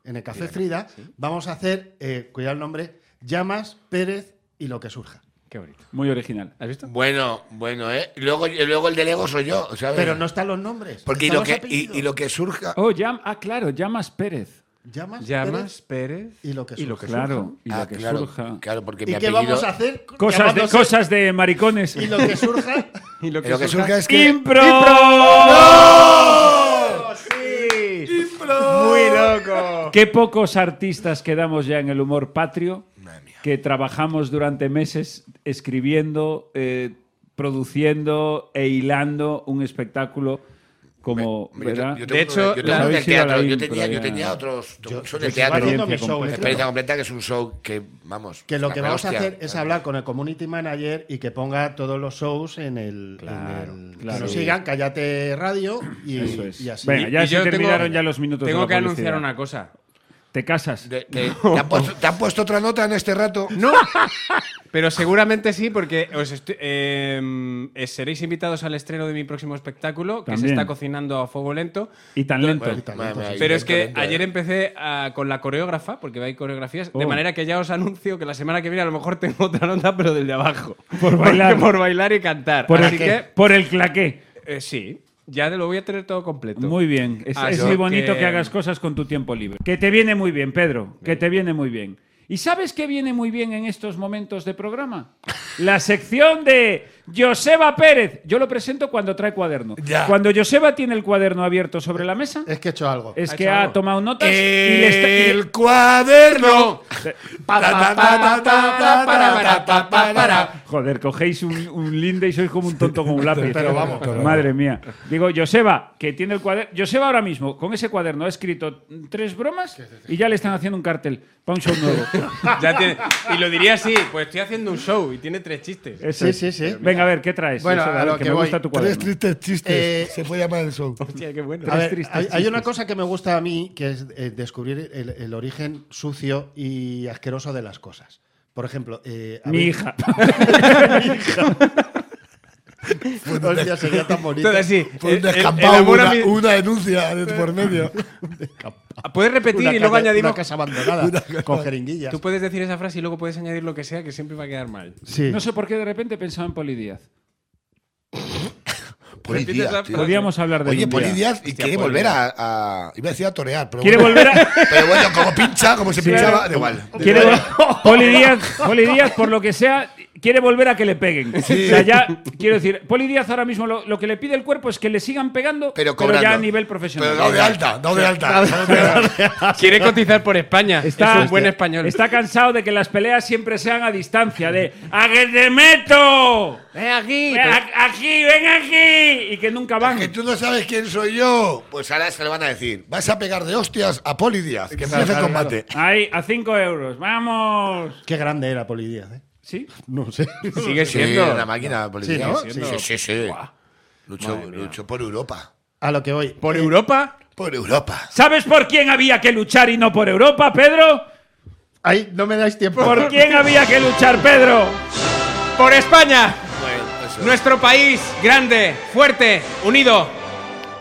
Speaker 8: en el Café Frida, vamos a hacer, eh, cuidado el nombre, Llamas, Pérez y lo que surja.
Speaker 2: Qué bonito.
Speaker 5: muy original.
Speaker 2: ¿Has visto?
Speaker 4: Bueno, bueno, ¿eh? Luego, luego el del ego soy yo, ¿sabes?
Speaker 8: Pero no están los nombres.
Speaker 4: Porque y
Speaker 8: están
Speaker 4: lo,
Speaker 8: los
Speaker 4: que, y, y
Speaker 8: apellidos.
Speaker 4: lo que surja.
Speaker 5: Oh, llam- ah, claro, llamas Pérez.
Speaker 8: Llamas,
Speaker 2: Llamas,
Speaker 8: Pérez
Speaker 2: Pérez.
Speaker 8: y lo que surja.
Speaker 2: y lo que
Speaker 5: Claro, y
Speaker 4: Ah,
Speaker 5: lo que
Speaker 4: claro,
Speaker 5: surja.
Speaker 4: Claro, porque mi
Speaker 8: ¿Y qué
Speaker 4: apellido.
Speaker 8: vamos a hacer?
Speaker 5: Cosas de,
Speaker 8: Llamándose-
Speaker 5: cosas de maricones.
Speaker 8: Y lo que surja.
Speaker 2: Y lo que,
Speaker 4: Lo que
Speaker 2: surja-
Speaker 4: surja es e- que.
Speaker 5: ¡Impro!
Speaker 2: Muy loco.
Speaker 5: Qué pocos artistas quedamos ya en el humor patrio,
Speaker 4: Madre mía.
Speaker 5: que trabajamos durante meses escribiendo, eh, produciendo e hilando un espectáculo como,
Speaker 4: Hombre, yo te-
Speaker 5: ¿verdad?
Speaker 4: yo
Speaker 2: De
Speaker 4: tengo
Speaker 2: hecho,
Speaker 4: uno- yo
Speaker 2: la-
Speaker 4: tengo uno del
Speaker 5: habéis ido a la
Speaker 4: teatro, yo
Speaker 5: impro
Speaker 4: tenía, yo
Speaker 5: ya.
Speaker 4: tenía otros. Son
Speaker 8: yo
Speaker 4: de
Speaker 8: sigo
Speaker 4: teatro.
Speaker 8: haciendo mi
Speaker 5: Experiencia
Speaker 8: show,
Speaker 5: completa.
Speaker 4: Experiencia completa, que es un show que, vamos.
Speaker 8: Que lo
Speaker 4: la
Speaker 8: que vamos a
Speaker 4: hostia.
Speaker 8: hacer es hablar con el community manager y que ponga todos los shows en el.
Speaker 7: Claro,
Speaker 8: en el-
Speaker 5: claro.
Speaker 8: Que nos sigan, cállate radio y,
Speaker 5: Eso es.
Speaker 8: y así.
Speaker 5: Venga, ya
Speaker 2: Y
Speaker 5: se
Speaker 2: yo tengo-
Speaker 5: terminaron ya los minutos.
Speaker 2: Tengo
Speaker 5: de la
Speaker 2: que
Speaker 5: publicidad.
Speaker 2: anunciar una cosa.
Speaker 5: ¿Te casas?
Speaker 4: De- de- ¿te, han puesto, te han puesto otra nota en este rato?
Speaker 2: No, pero seguramente sí, porque os estu- em, eh, seréis invitados al estreno de mi próximo espectáculo, que
Speaker 5: También.
Speaker 2: se está cocinando a fuego lento.
Speaker 5: Y tan lento.
Speaker 4: Bueno, madre mía,
Speaker 2: Pero
Speaker 4: ahí
Speaker 2: es que
Speaker 4: lento,
Speaker 2: ayer
Speaker 4: eh.
Speaker 2: empecé a- con la coreógrafa, porque hay coreografías, de
Speaker 5: Oh.
Speaker 2: manera que ya os anuncio que la semana que viene a lo mejor tengo otra nota, pero del de abajo.
Speaker 5: Por bailar.
Speaker 2: Porque por bailar y cantar.
Speaker 5: por,
Speaker 2: Así
Speaker 5: el,
Speaker 2: que,
Speaker 5: por el claqué.
Speaker 2: eh, sí, ya te lo voy a tener todo completo.
Speaker 5: Muy bien. Es,
Speaker 2: Ah,
Speaker 5: es
Speaker 2: yo
Speaker 5: muy bonito que...
Speaker 2: que-
Speaker 5: hagas cosas con tu tiempo libre. Que te viene muy bien, Pedro. Que te viene muy bien. ¿Y sabes qué viene muy bien en estos momentos de programa? La sección de Joseba Pérez. Yo lo presento cuando trae cuaderno.
Speaker 4: Ya.
Speaker 5: Cuando Joseba tiene el cuaderno abierto sobre la mesa,
Speaker 8: Es que he hecho algo.
Speaker 5: es
Speaker 2: ha
Speaker 5: que
Speaker 2: hecho
Speaker 5: ha
Speaker 2: algo.
Speaker 5: tomado notas y le está- y le-
Speaker 4: El cuaderno.
Speaker 2: Pa, pa, pa, pa, pa, para, para, para, para.
Speaker 5: Joder, cogéis un, un linde y sois como un tonto con un lápiz.
Speaker 8: Pero vamos.
Speaker 5: Madre mía. Digo, Joseba, que tiene el cuaderno. Joseba ahora mismo, con ese cuaderno, ha escrito tres bromas y ya le están haciendo un cartel para un show nuevo.
Speaker 2: Ya tiene- y lo diría así, pues estoy haciendo un show y tiene tres chistes.
Speaker 5: Eso
Speaker 8: Sí,
Speaker 5: es.
Speaker 8: sí, sí.
Speaker 5: Venga, a ver, ¿qué traes?
Speaker 8: Bueno,
Speaker 5: Joseba?
Speaker 8: a
Speaker 5: ver,
Speaker 8: lo
Speaker 5: que,
Speaker 8: que
Speaker 5: me
Speaker 8: voy.
Speaker 5: gusta tu
Speaker 4: Tres
Speaker 5: cuaderno.
Speaker 4: tristes chistes.
Speaker 8: Eh,
Speaker 4: se puede llamar el show.
Speaker 2: Hostia, qué bueno.
Speaker 8: A ver,
Speaker 5: tristes
Speaker 8: hay, hay una
Speaker 5: chistes.
Speaker 8: cosa que me gusta a mí, que es eh, descubrir el, el origen sucio y asqueroso de las cosas. Por ejemplo, eh, a
Speaker 5: Mi
Speaker 8: ver-
Speaker 5: hija.
Speaker 8: Hostia, sería tan bonito.
Speaker 2: Entonces, sí,
Speaker 4: Fue un
Speaker 2: el- el-
Speaker 4: descampado,
Speaker 2: el amor a
Speaker 4: una,
Speaker 2: mi-
Speaker 4: una denuncia de por medio.
Speaker 2: Puedes repetir
Speaker 8: Una
Speaker 2: y luego
Speaker 8: casa-
Speaker 2: añadimos.
Speaker 8: Una casa abandonada, con jeringuillas.
Speaker 2: Tú puedes decir esa frase y luego puedes añadir lo que sea, que siempre va a quedar mal.
Speaker 8: Sí.
Speaker 5: No sé por qué de repente he pensado en Polidíaz.
Speaker 4: Poli
Speaker 2: Repites
Speaker 4: Díaz,
Speaker 2: la
Speaker 4: tío.
Speaker 2: frase.
Speaker 5: Podíamos hablar de
Speaker 4: Oye,
Speaker 5: un día.
Speaker 4: Poli Díaz, y
Speaker 2: Hostia,
Speaker 4: quiere
Speaker 2: Poli
Speaker 4: volver
Speaker 2: Díaz.
Speaker 4: a, a- Iba a decir a torear, pero.
Speaker 5: ¿Quiere
Speaker 4: bueno,
Speaker 5: volver a.?
Speaker 4: Pero bueno, como pincha, como se pinchaba, da igual.
Speaker 5: Quiere vol- Poli Díaz, Poli Díaz, por lo que sea, quiere volver a que le peguen. O sea, ya, quiero decir, Poli Díaz ahora mismo lo, lo que le pide el cuerpo es que le sigan pegando,
Speaker 4: Pero
Speaker 5: pero,
Speaker 4: cobrando.
Speaker 5: ya a nivel profesional.
Speaker 4: Pero dado de alta, dado de alta.
Speaker 2: Quiere cotizar por España. es un este- buen español.
Speaker 5: Está cansado de que las peleas siempre sean a distancia, de ¡A que te meto!
Speaker 2: Ven aquí.
Speaker 5: Ven a- aquí, ven aquí! Y que nunca van.
Speaker 4: Que tú no sabes quién soy yo. Pues ahora se lo van a decir. Vas a pegar de hostias a Poli Díaz, que empieza el combate.
Speaker 5: Ahí, a 5 euros. ¡Vamos!
Speaker 8: Qué grande era Polidías, ¿eh?
Speaker 5: ¿Sí,
Speaker 8: No sé.
Speaker 2: Sigue
Speaker 4: Sí,
Speaker 2: siendo.
Speaker 4: la máquina Poli
Speaker 8: Sí,
Speaker 4: Díaz.
Speaker 8: ¿no?
Speaker 4: Sí,
Speaker 8: Sí.
Speaker 4: sí, sí. sí. Luchó, luchó por Europa.
Speaker 8: A lo que voy. Eh,
Speaker 2: ¿Por Europa?
Speaker 4: Por Europa.
Speaker 5: ¿Sabes por quién había que luchar y no por Europa, Pedro?
Speaker 8: Ahí no me dais tiempo.
Speaker 5: ¿Por quién había que luchar, Pedro?
Speaker 2: ¡Por España!
Speaker 4: eso.
Speaker 2: Nuestro país, grande, fuerte, unido,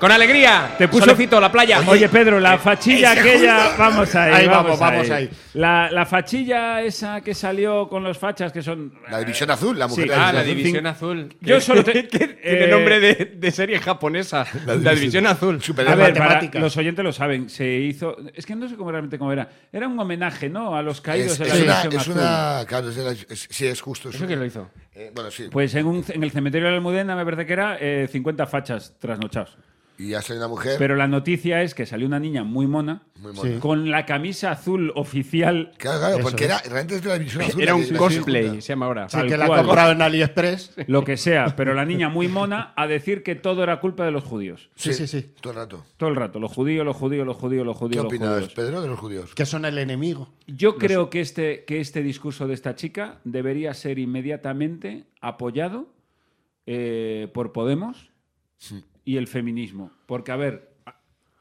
Speaker 2: con alegría.
Speaker 5: Te puso-
Speaker 2: Solecito, la playa.
Speaker 5: Oye, Pedro,
Speaker 4: eh,
Speaker 5: la fachilla aquella, vamos ahí,
Speaker 8: Ahí
Speaker 5: vamos,
Speaker 8: vamos, vamos
Speaker 5: ahí.
Speaker 8: ahí.
Speaker 5: La, la fachilla esa que salió con los fachas que son.
Speaker 4: La división azul, la mujer
Speaker 5: Sí.
Speaker 4: de
Speaker 2: Ah, la
Speaker 5: divi-
Speaker 4: división
Speaker 2: División Azul.
Speaker 5: Yo solo te-
Speaker 2: Que tiene
Speaker 5: eh,
Speaker 2: nombre de, de serie japonesa. La División, Azul.
Speaker 4: azul. Super
Speaker 5: A ver, para-
Speaker 8: matemáticas.
Speaker 5: los oyentes lo saben, se hizo. Es que no sé cómo realmente cómo era. Era un homenaje, ¿no? A los caídos
Speaker 4: es,
Speaker 5: de
Speaker 4: es
Speaker 5: la
Speaker 4: una,
Speaker 5: División
Speaker 4: es
Speaker 5: Azul.
Speaker 4: una. Claro, es, de la- es- sí, es justo. es
Speaker 2: ¿Eso
Speaker 4: un-
Speaker 2: quién lo hizo?
Speaker 4: eh, bueno, sí.
Speaker 5: Pues en, un- en el cementerio de la Almudena me parece que era eh, 50 fachas trasnochados.
Speaker 4: Y ya soy una mujer.
Speaker 5: Pero la noticia es que salió una niña muy mona,
Speaker 4: Muy mona. Sí.
Speaker 5: con la camisa azul oficial.
Speaker 4: ah, claro, claro, porque era, realmente es de la división azul.
Speaker 2: Era
Speaker 4: la
Speaker 2: un
Speaker 4: división
Speaker 2: cosplay,
Speaker 4: junta.
Speaker 2: se llama ahora.
Speaker 8: Sí,
Speaker 5: Tal
Speaker 8: que la
Speaker 5: cual.
Speaker 8: ha comprado en AliExpress.
Speaker 5: Lo que sea, pero la niña muy mona a decir que todo era culpa de los judíos.
Speaker 8: Sí, sí, sí.
Speaker 4: Todo el rato.
Speaker 5: Todo el rato, los judíos, los judíos, los judíos, los
Speaker 4: ¿Qué
Speaker 5: judíos, los
Speaker 4: opinas,
Speaker 5: judíos.
Speaker 4: Pedro, de los judíos?
Speaker 8: Que son el enemigo.
Speaker 5: Yo creo que, este, que este discurso de esta chica debería ser inmediatamente apoyado eh, por Podemos y el feminismo. Porque, a ver,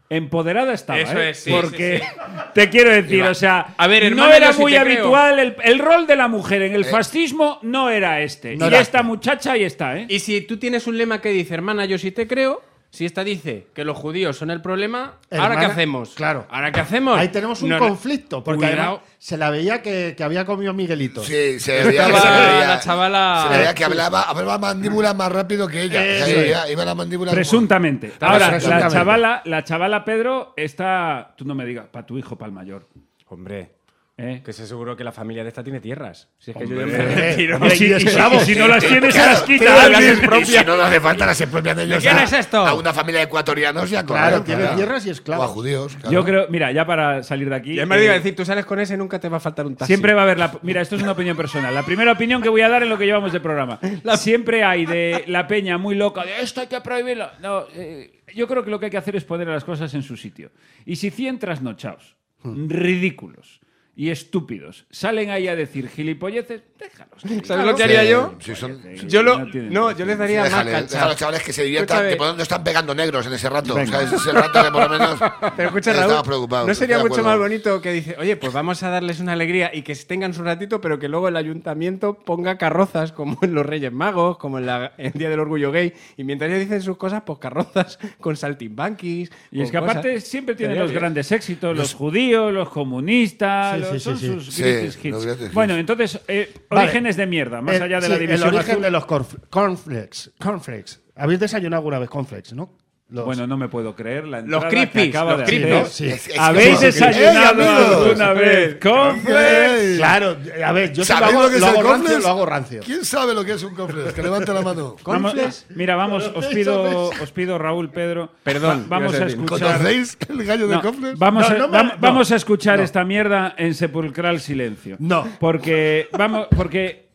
Speaker 5: empoderada estaba.
Speaker 2: Eso
Speaker 5: ¿eh?
Speaker 2: es, sí,
Speaker 5: porque
Speaker 2: sí,
Speaker 5: te quiero decir,
Speaker 2: Iba.
Speaker 5: o sea,
Speaker 2: A ver,
Speaker 5: no
Speaker 2: hermano,
Speaker 5: era
Speaker 2: yo sí
Speaker 5: muy
Speaker 2: te creo.
Speaker 5: habitual. El, el rol de la mujer en el fascismo no era este.
Speaker 8: No
Speaker 5: y
Speaker 8: era.
Speaker 5: esta muchacha ahí está, ¿eh?
Speaker 2: Y si tú tienes un lema que dice, hermana, yo sí te creo, si esta dice que los judíos son el problema, ¿ahora
Speaker 8: Hermana,
Speaker 2: qué hacemos?
Speaker 8: claro.
Speaker 2: ¿Ahora qué hacemos?
Speaker 8: Ahí tenemos un
Speaker 2: No, no.
Speaker 8: conflicto. Porque
Speaker 2: Cuidado.
Speaker 8: además se la veía que, que había comido Miguelito. Eh,
Speaker 4: Sí, se veía,
Speaker 2: Estaba
Speaker 4: se veía-
Speaker 2: la chavala-
Speaker 4: Se veía que hablaba, hablaba mandíbula más rápido que ella.
Speaker 8: Eso
Speaker 4: O sea, ella iba la mandíbula. como-
Speaker 5: Presuntamente. Ahora, la
Speaker 8: presuntamente.
Speaker 5: chavala, la chavala Pedro está. Tú no me digas, para tu hijo, para el mayor.
Speaker 2: Hombre,
Speaker 5: ¿eh?
Speaker 7: Que se seguro que la familia de esta tiene tierras. Si es que yo
Speaker 5: Hombre.
Speaker 7: ya me retiro.
Speaker 5: Y si, y si- y si no las tienes, se las quita.
Speaker 4: Claro, si no nos hace falta las expropian ellos.
Speaker 2: quién
Speaker 4: a-
Speaker 2: es esto?
Speaker 4: A una familia de ecuatorianos ya
Speaker 8: Claro, tiene tierras y
Speaker 4: O a
Speaker 8: esclavos.
Speaker 4: judíos. claro.
Speaker 5: Yo creo, mira, ya para salir de aquí.
Speaker 2: Ya me iba a
Speaker 5: eh,
Speaker 2: decir, tú sales con ese nunca te va a faltar un taxi.
Speaker 5: Siempre va a haber la. Mira, esto es una opinión personal. La primera opinión que voy a dar en lo que llevamos de programa. Siempre hay de la peña muy loca de esto hay que prohibirlo. No, eh, yo creo que lo que hay que hacer es poner las cosas en su sitio. Y si 100 trasnochados,
Speaker 2: Hmm.
Speaker 5: ridículos y estúpidos, salen ahí a decir gilipolleces, déjalos.
Speaker 2: ¿Sabes lo que haría yo?
Speaker 4: Sí, son-
Speaker 2: Yo lo,
Speaker 5: tienen-
Speaker 2: no, yo les daría más
Speaker 4: Déjale, deja a
Speaker 2: cancha.
Speaker 4: los chavales que se diviertan,
Speaker 2: Escúchame.
Speaker 4: que por dónde están pegando negros en ese rato. ¿sabes? Ese rato que por lo menos.
Speaker 2: Pero escucha,
Speaker 4: estaba
Speaker 2: Raúl,
Speaker 4: preocupado,
Speaker 2: ¿no sería
Speaker 4: estoy de
Speaker 2: mucho más
Speaker 4: acuerdo.
Speaker 2: bonito que dice, oye, pues vamos a darles una alegría y que tengan su ratito, pero que luego el ayuntamiento ponga carrozas como en los Reyes Magos, como en, la, en Día del Orgullo Gay, y mientras ellos dicen sus cosas, pues carrozas con saltimbanquis.
Speaker 5: Y es
Speaker 2: con
Speaker 5: que
Speaker 2: cosas.
Speaker 5: aparte siempre tienen
Speaker 2: Estaría
Speaker 5: los
Speaker 2: bien.
Speaker 5: grandes éxitos, los judíos, los comunistas,
Speaker 8: Sí,
Speaker 5: los-
Speaker 8: sí, sí,
Speaker 5: son
Speaker 8: sí.
Speaker 5: sus
Speaker 4: Sí,
Speaker 5: greatest hits.
Speaker 4: los greatest hits.
Speaker 5: Bueno, entonces, eh,
Speaker 8: Vale.
Speaker 5: orígenes de mierda, más
Speaker 8: El-
Speaker 5: allá de
Speaker 8: sí,
Speaker 5: la división
Speaker 8: El origen
Speaker 5: azul.
Speaker 8: de los cornf- cornflakes. cornflakes. Habéis desayunado alguna vez cornflakes, ¿no? Los-
Speaker 5: Bueno, no me puedo creer la entrada
Speaker 2: creepies,
Speaker 5: que acaba
Speaker 2: los
Speaker 5: de
Speaker 2: creepies,
Speaker 5: hacer.
Speaker 8: ¿no? Sí.
Speaker 4: Es- es
Speaker 5: ¿Habéis
Speaker 4: como-
Speaker 5: desayunado
Speaker 4: ¡Ey, amigos!
Speaker 5: alguna vez con
Speaker 4: ¡Ey!
Speaker 8: Claro, a ver, yo si lo
Speaker 4: ¿Sabéis
Speaker 8: hago,
Speaker 4: lo que es
Speaker 8: lo
Speaker 4: el
Speaker 8: hago rancio,
Speaker 4: cornflakes?
Speaker 8: lo hago rancio.
Speaker 4: ¿Quién sabe lo que es un conflex? Que levante la mano.
Speaker 5: Vamos-
Speaker 2: ¿Cornflakes?
Speaker 5: mira, vamos, os pido, os pido Raúl, Pedro.
Speaker 2: Perdón,
Speaker 5: va- vamos
Speaker 2: ibas
Speaker 5: a
Speaker 2: a decir.
Speaker 5: escuchar.
Speaker 4: ¿Conocéis el gallo
Speaker 5: No,
Speaker 4: del conflex?
Speaker 5: vamos,
Speaker 8: No,
Speaker 5: a,
Speaker 8: no me-
Speaker 5: vam-
Speaker 8: no.
Speaker 5: vamos a escuchar esta mierda en sepulcral silencio.
Speaker 8: No.
Speaker 5: Porque, vamos, porque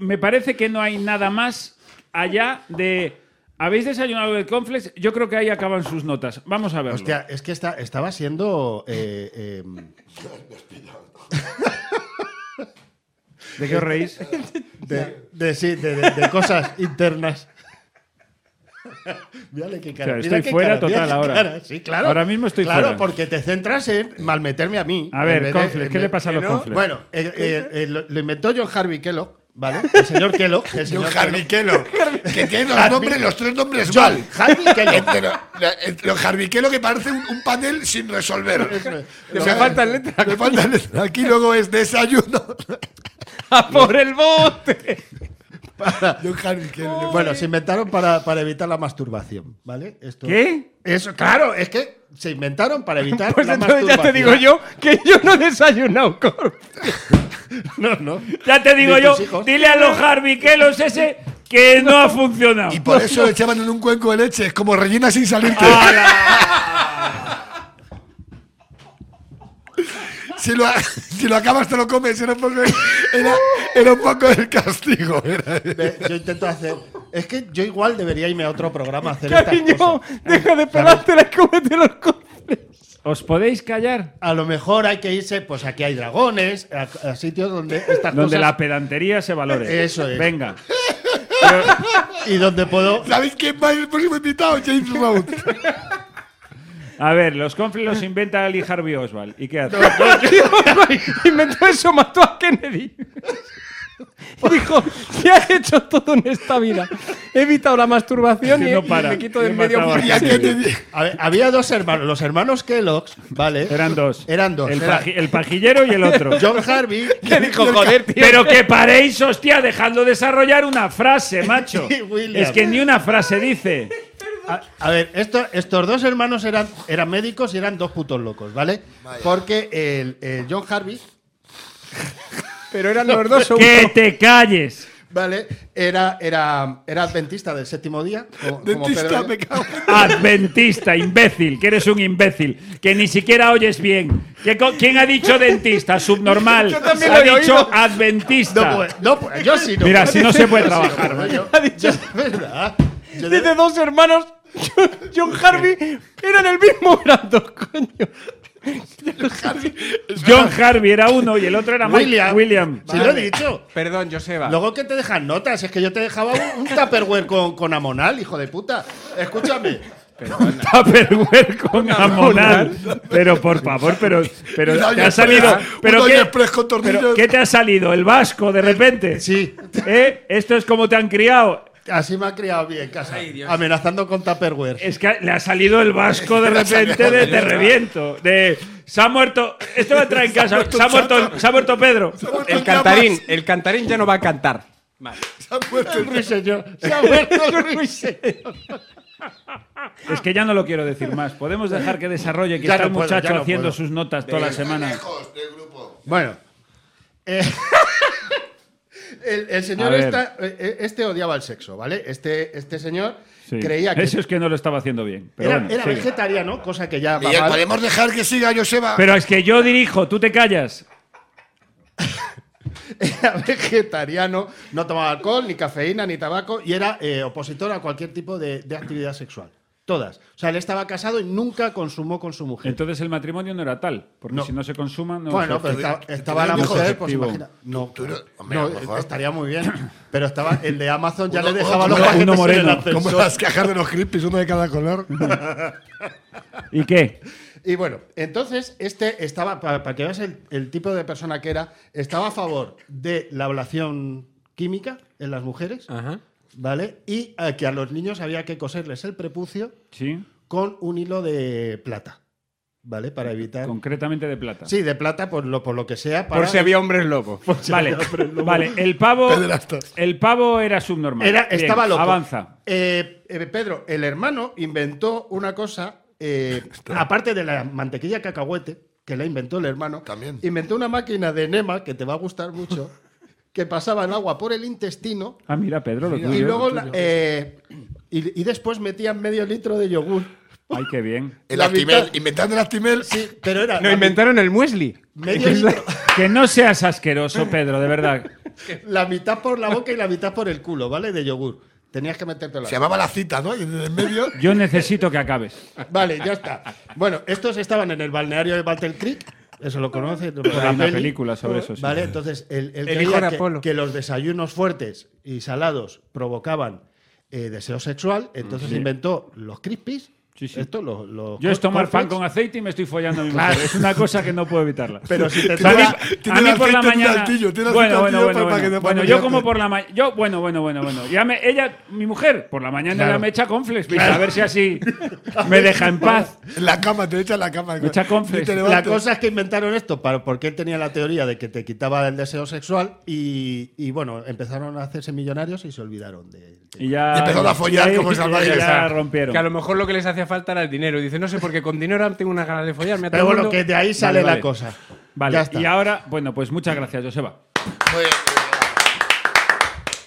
Speaker 5: me parece que no hay nada más allá de. ¿Habéis desayunado el conflex? Yo creo que ahí acaban sus notas. Vamos a verlo.
Speaker 8: Hostia, es que esta- estaba siendo. eh, eh,
Speaker 5: ¿De qué os reís?
Speaker 8: de, de- sí, de, de- de cosas internas. Mírale qué cara.
Speaker 5: Claro,
Speaker 8: mira
Speaker 5: estoy
Speaker 8: qué
Speaker 5: fuera
Speaker 8: cara, mira
Speaker 5: total
Speaker 8: qué
Speaker 5: ahora.
Speaker 8: cara. Sí, claro.
Speaker 5: Ahora mismo estoy
Speaker 8: claro,
Speaker 5: fuera.
Speaker 8: porque te centras en malmeterme a mí.
Speaker 5: A
Speaker 8: en
Speaker 5: ver,
Speaker 8: vez de-
Speaker 5: conflex,
Speaker 8: en
Speaker 5: ¿qué le
Speaker 8: vez-
Speaker 5: pasa a los conflex?
Speaker 8: Bueno, eh, eh, eh, lo, lo inventó John Harvey Kellogg, ¿vale? El señor Kellogg. El
Speaker 4: John
Speaker 8: señor
Speaker 4: Harvey Kellogg. Que tiene los
Speaker 8: Harvey-
Speaker 4: nombres, los tres nombres
Speaker 8: Kellogg. John
Speaker 4: mal.
Speaker 8: Harvey Kellogg.
Speaker 4: Entero. La- ent- Los Harvey Kellogg que parece un, un panel sin resolver.
Speaker 2: Me faltan letras.
Speaker 4: Me faltan letras. Aquí luego es desayuno.
Speaker 2: ¡A por el bote!
Speaker 4: John Harvey Kellogg.
Speaker 8: Bueno, se inventaron para, para evitar la masturbación, ¿vale? Esto-
Speaker 5: ¿Qué?
Speaker 8: Eso, claro, es que se inventaron para evitar
Speaker 2: Pues
Speaker 8: la
Speaker 2: entonces
Speaker 8: masturbación.
Speaker 2: ya te digo yo que yo no he desayunado corn.
Speaker 8: No, no.
Speaker 5: Ya te digo
Speaker 8: Ni
Speaker 5: yo,
Speaker 8: tus hijos.
Speaker 5: dile a los Harvey Kellos ese que no ha funcionado.
Speaker 4: Y por eso le echaban en un cuenco de leche. Es como rellena sin salirte. Si lo, si lo acabas, te lo comes. Era un poco, era, era un poco el castigo. Era-
Speaker 8: Ve, Yo intento hacer. Es que yo igual debería irme a otro programa a hacer estas
Speaker 2: Cariño,
Speaker 8: cosas.
Speaker 2: deja de pelártela y cómete los cornflakes.
Speaker 5: ¿Os podéis callar?
Speaker 8: A lo mejor hay que irse, pues aquí hay dragones, a, a sitios donde estas
Speaker 5: Donde
Speaker 8: cosas.
Speaker 5: la pedantería se valore.
Speaker 8: Eso es.
Speaker 5: Venga.
Speaker 8: Y donde puedo.
Speaker 4: ¿Sabéis quién va a ser el próximo invitado? James Brown.
Speaker 5: A ver, los conflictos los inventa Lee Harvey Oswald. ¿Y qué hace?
Speaker 2: Inventó eso, mató a Kennedy. Y Dijo, ¿qué has hecho todo en esta vida? He evitado la masturbación
Speaker 5: Es que
Speaker 2: y,
Speaker 5: no
Speaker 2: y
Speaker 5: para.
Speaker 2: me quito de
Speaker 5: Yo
Speaker 2: en medio.
Speaker 5: mataba.
Speaker 4: Y a Kennedy.
Speaker 8: A ver, había dos hermanos, los hermanos Kellogg's, ¿vale?
Speaker 5: Eran dos.
Speaker 8: Eran dos.
Speaker 5: El,
Speaker 8: Era
Speaker 5: paji- el pajillero y el otro.
Speaker 8: John Harvey.
Speaker 2: Que dijo, joder, tío.
Speaker 5: Pero que paréis, hostia, dejando desarrollar una frase, macho.
Speaker 8: Sí, William.
Speaker 5: Es que ni una frase dice.
Speaker 8: A, a ver, esto- estos dos hermanos eran, eran médicos y eran dos putos locos, ¿vale? Porque el, el John Harvey,
Speaker 2: Pero eran los dos
Speaker 5: ¡Que
Speaker 2: seguros.
Speaker 5: te calles!
Speaker 8: ¿vale? Era, era, era adventista del séptimo día. como- como
Speaker 4: Dentista,
Speaker 8: Pedro.
Speaker 4: me cago en-
Speaker 5: Adventista, imbécil, que eres un imbécil, que ni siquiera oyes bien. ¿Qué co- ¿Quién ha dicho dentista? Subnormal.
Speaker 2: Yo también
Speaker 5: ha
Speaker 2: lo he
Speaker 5: dicho
Speaker 2: oído.
Speaker 5: adventista.
Speaker 8: No, pues, no, pues, yo sí. No
Speaker 5: Mira,
Speaker 8: puedo.
Speaker 5: si no se puede
Speaker 8: Yo sí no
Speaker 5: trabajar,
Speaker 8: puedo,
Speaker 5: ¿no?
Speaker 8: yo-
Speaker 2: Ha dicho-
Speaker 8: yo- es verdad. Yo de-
Speaker 2: Dice dos hermanos, John- John Harvey, eran el mismo, eran dos, coño.
Speaker 5: John Harvey era uno y el otro era Mike-
Speaker 8: William.
Speaker 5: William.
Speaker 8: Sí lo he dicho.
Speaker 2: Perdón, Joseba.
Speaker 8: Luego que te dejan notas, es que yo te dejaba un, un Tupperware con, con Amonal, hijo de puta. Escúchame.
Speaker 5: Tupperware con amonal. Pero por favor, pero, pero
Speaker 4: Un
Speaker 5: te
Speaker 4: Oye
Speaker 5: ha salido.
Speaker 4: Express,
Speaker 5: Pero
Speaker 4: un Oye
Speaker 5: qué,
Speaker 4: Express con tornillos.
Speaker 5: pero ¿qué te ha salido? ¿El vasco de repente?
Speaker 8: Sí,
Speaker 5: ¿Eh? Esto es como te han criado.
Speaker 8: así me ha criado bien en casa. Amenazando con Tupperware.
Speaker 5: Es que le ha salido el vasco de
Speaker 4: Le ha salido
Speaker 5: repente de
Speaker 4: el
Speaker 5: te
Speaker 4: vasco.
Speaker 5: reviento. De se ha muerto. Esto va a entrar en casa. Se ha muerto, se ha muerto Pedro.
Speaker 2: El cantarín, el cantarín ya no va a cantar.
Speaker 4: Se ha puesto el ruido.
Speaker 8: Se ha vuelto el ruiseñor.
Speaker 5: Es que ya no lo quiero decir más. Podemos dejar que desarrolle que
Speaker 8: Ya
Speaker 5: está
Speaker 8: no
Speaker 5: el
Speaker 8: puedo,
Speaker 5: muchacho
Speaker 8: ya no
Speaker 5: haciendo
Speaker 8: puedo.
Speaker 5: sus notas toda la semana.
Speaker 4: Lejos del grupo.
Speaker 8: Bueno. Eh, el, el
Speaker 5: A
Speaker 8: señor
Speaker 5: ver.
Speaker 8: esta- eh, este odiaba el sexo, ¿vale? Este, este señor
Speaker 5: Sí.
Speaker 8: creía que...
Speaker 5: Eso es que no lo estaba haciendo bien. Pero,
Speaker 8: era
Speaker 5: bueno,
Speaker 8: era
Speaker 5: sigue.
Speaker 8: vegetariano, cosa que ya va
Speaker 4: Miguel,
Speaker 8: mal.
Speaker 4: ¿podemos dejar que siga Joseba?
Speaker 5: Pero es que yo dirijo, tú te callas.
Speaker 8: era vegetariano, no tomaba alcohol, ni cafeína, ni tabaco y era eh, opositor a cualquier tipo de, de actividad sexual. Todas. O sea, él estaba casado y nunca consumó con su mujer.
Speaker 5: Entonces el matrimonio no era tal, porque
Speaker 8: No.
Speaker 5: si no se consuma, no.
Speaker 8: bueno,
Speaker 5: se-
Speaker 8: pero esta- estaba la
Speaker 4: un hijo
Speaker 8: mujer, pues
Speaker 5: efectivo.
Speaker 8: imagina. No,
Speaker 4: Tú no- hombre,
Speaker 8: no,
Speaker 4: a lo mejor.
Speaker 8: estaría muy bien. Pero estaba el de Amazon, ya
Speaker 4: Uno-
Speaker 8: le dejaba
Speaker 4: uno-
Speaker 8: los
Speaker 5: uno
Speaker 8: paquetes en el
Speaker 5: moreno.
Speaker 8: ascensor.
Speaker 4: Como las cajas de los creepies, uno de cada color.
Speaker 5: ¿Y qué?
Speaker 8: Y bueno, entonces este estaba, para, para que veas el, el tipo de persona que era, estaba a favor de la ablación química en las mujeres,
Speaker 2: Ajá.
Speaker 8: ¿vale? Y eh, que a los niños había que coserles el prepucio
Speaker 5: Sí,
Speaker 8: con un hilo de plata, ¿vale? Para evitar...
Speaker 5: concretamente de plata.
Speaker 8: Eh. Sí, de plata por lo, por lo que sea. Para...
Speaker 2: Por si había hombres lobos.
Speaker 5: Vale, vale, el pavo,
Speaker 4: Pederastas.
Speaker 5: el pavo era subnormal.
Speaker 8: Era-
Speaker 5: Bien,
Speaker 8: estaba loco.
Speaker 5: Avanza.
Speaker 8: Eh, eh, Pedro, el hermano inventó una cosa, eh, aparte de la mantequilla de cacahuete, que la inventó el hermano,
Speaker 4: También.
Speaker 8: inventó una máquina de enema que te va a gustar mucho, que pasaba el agua por el intestino
Speaker 5: Ah, mira, Pedro, lo tuyo.
Speaker 8: y luego la- eh, y, y después metían medio litro de yogur.
Speaker 5: Ay, qué bien.
Speaker 4: El
Speaker 8: La
Speaker 4: Actimel,
Speaker 8: mitad-
Speaker 4: inventando el Actimel.
Speaker 8: Sí, pero era
Speaker 2: No
Speaker 8: la-
Speaker 2: inventaron el muesli.
Speaker 8: medio litro,
Speaker 5: Que no seas asqueroso, Pedro, de verdad.
Speaker 8: la mitad por la boca y la mitad por el culo, ¿vale? De yogur. Tenías que metértelo.
Speaker 4: Se llamaba la cita, ¿no? Y en el medio.
Speaker 5: Yo necesito que acabes.
Speaker 8: Vale, ya está. Bueno, estos estaban en el balneario de Battle Creek. Eso lo conoce. Por
Speaker 5: Hay
Speaker 8: la
Speaker 5: una
Speaker 8: peli.
Speaker 5: película sobre eso, sí.
Speaker 8: Vale, entonces el, el
Speaker 2: El
Speaker 8: creía
Speaker 2: hijo de
Speaker 8: que,
Speaker 2: Apolo.
Speaker 8: que los desayunos fuertes y salados provocaban eh, deseo sexual, entonces inventó los crispies.
Speaker 5: Sí, sí.
Speaker 8: Esto, los, los
Speaker 5: Yo es
Speaker 8: corn-
Speaker 5: tomar pan
Speaker 8: cornflakes.
Speaker 5: con aceite y me estoy follando a mi mujer. Es una cosa que no puedo evitarla.
Speaker 8: Pero si te
Speaker 5: O sea, a mí-
Speaker 8: toca-
Speaker 4: tiene
Speaker 5: a mí
Speaker 4: el
Speaker 5: por la
Speaker 4: aceite en un
Speaker 5: mañana.
Speaker 4: altillo, tiene el aceite
Speaker 5: bueno,
Speaker 4: en
Speaker 5: bueno,
Speaker 4: altillo
Speaker 5: bueno,
Speaker 4: para
Speaker 5: bueno.
Speaker 4: que te
Speaker 5: Bueno,
Speaker 4: pongas
Speaker 5: yo
Speaker 4: delante.
Speaker 5: como por la mañana. Yo, bueno, bueno, bueno, bueno, bueno. Ya me- ella, mi mujer, por la mañana
Speaker 8: Claro.
Speaker 5: ya me echa conflex, a ver si así me deja en paz.
Speaker 4: En la cama, te echa en la cama.
Speaker 5: Mucha confes.
Speaker 4: Y te
Speaker 8: La
Speaker 4: levantas.
Speaker 8: cosa es que inventaron esto para, porque él tenía la teoría de que te quitaba el deseo sexual y, y, bueno, empezaron a hacerse millonarios y se olvidaron de,
Speaker 5: Y ya.
Speaker 4: Y empezaron a follar como
Speaker 5: y
Speaker 4: salvajes.
Speaker 5: Ya rompieron.
Speaker 2: Que a lo mejor lo que les hacía falta era el dinero. Y dice, no sé, porque con dinero ahora tengo unas ganas de follarme.
Speaker 8: Pero bueno, que de ahí sale
Speaker 5: vale.
Speaker 8: la cosa.
Speaker 5: Vale,
Speaker 8: Ya está.
Speaker 5: y ahora, bueno, pues muchas gracias, Joseba.
Speaker 4: Muy bien, muy bien.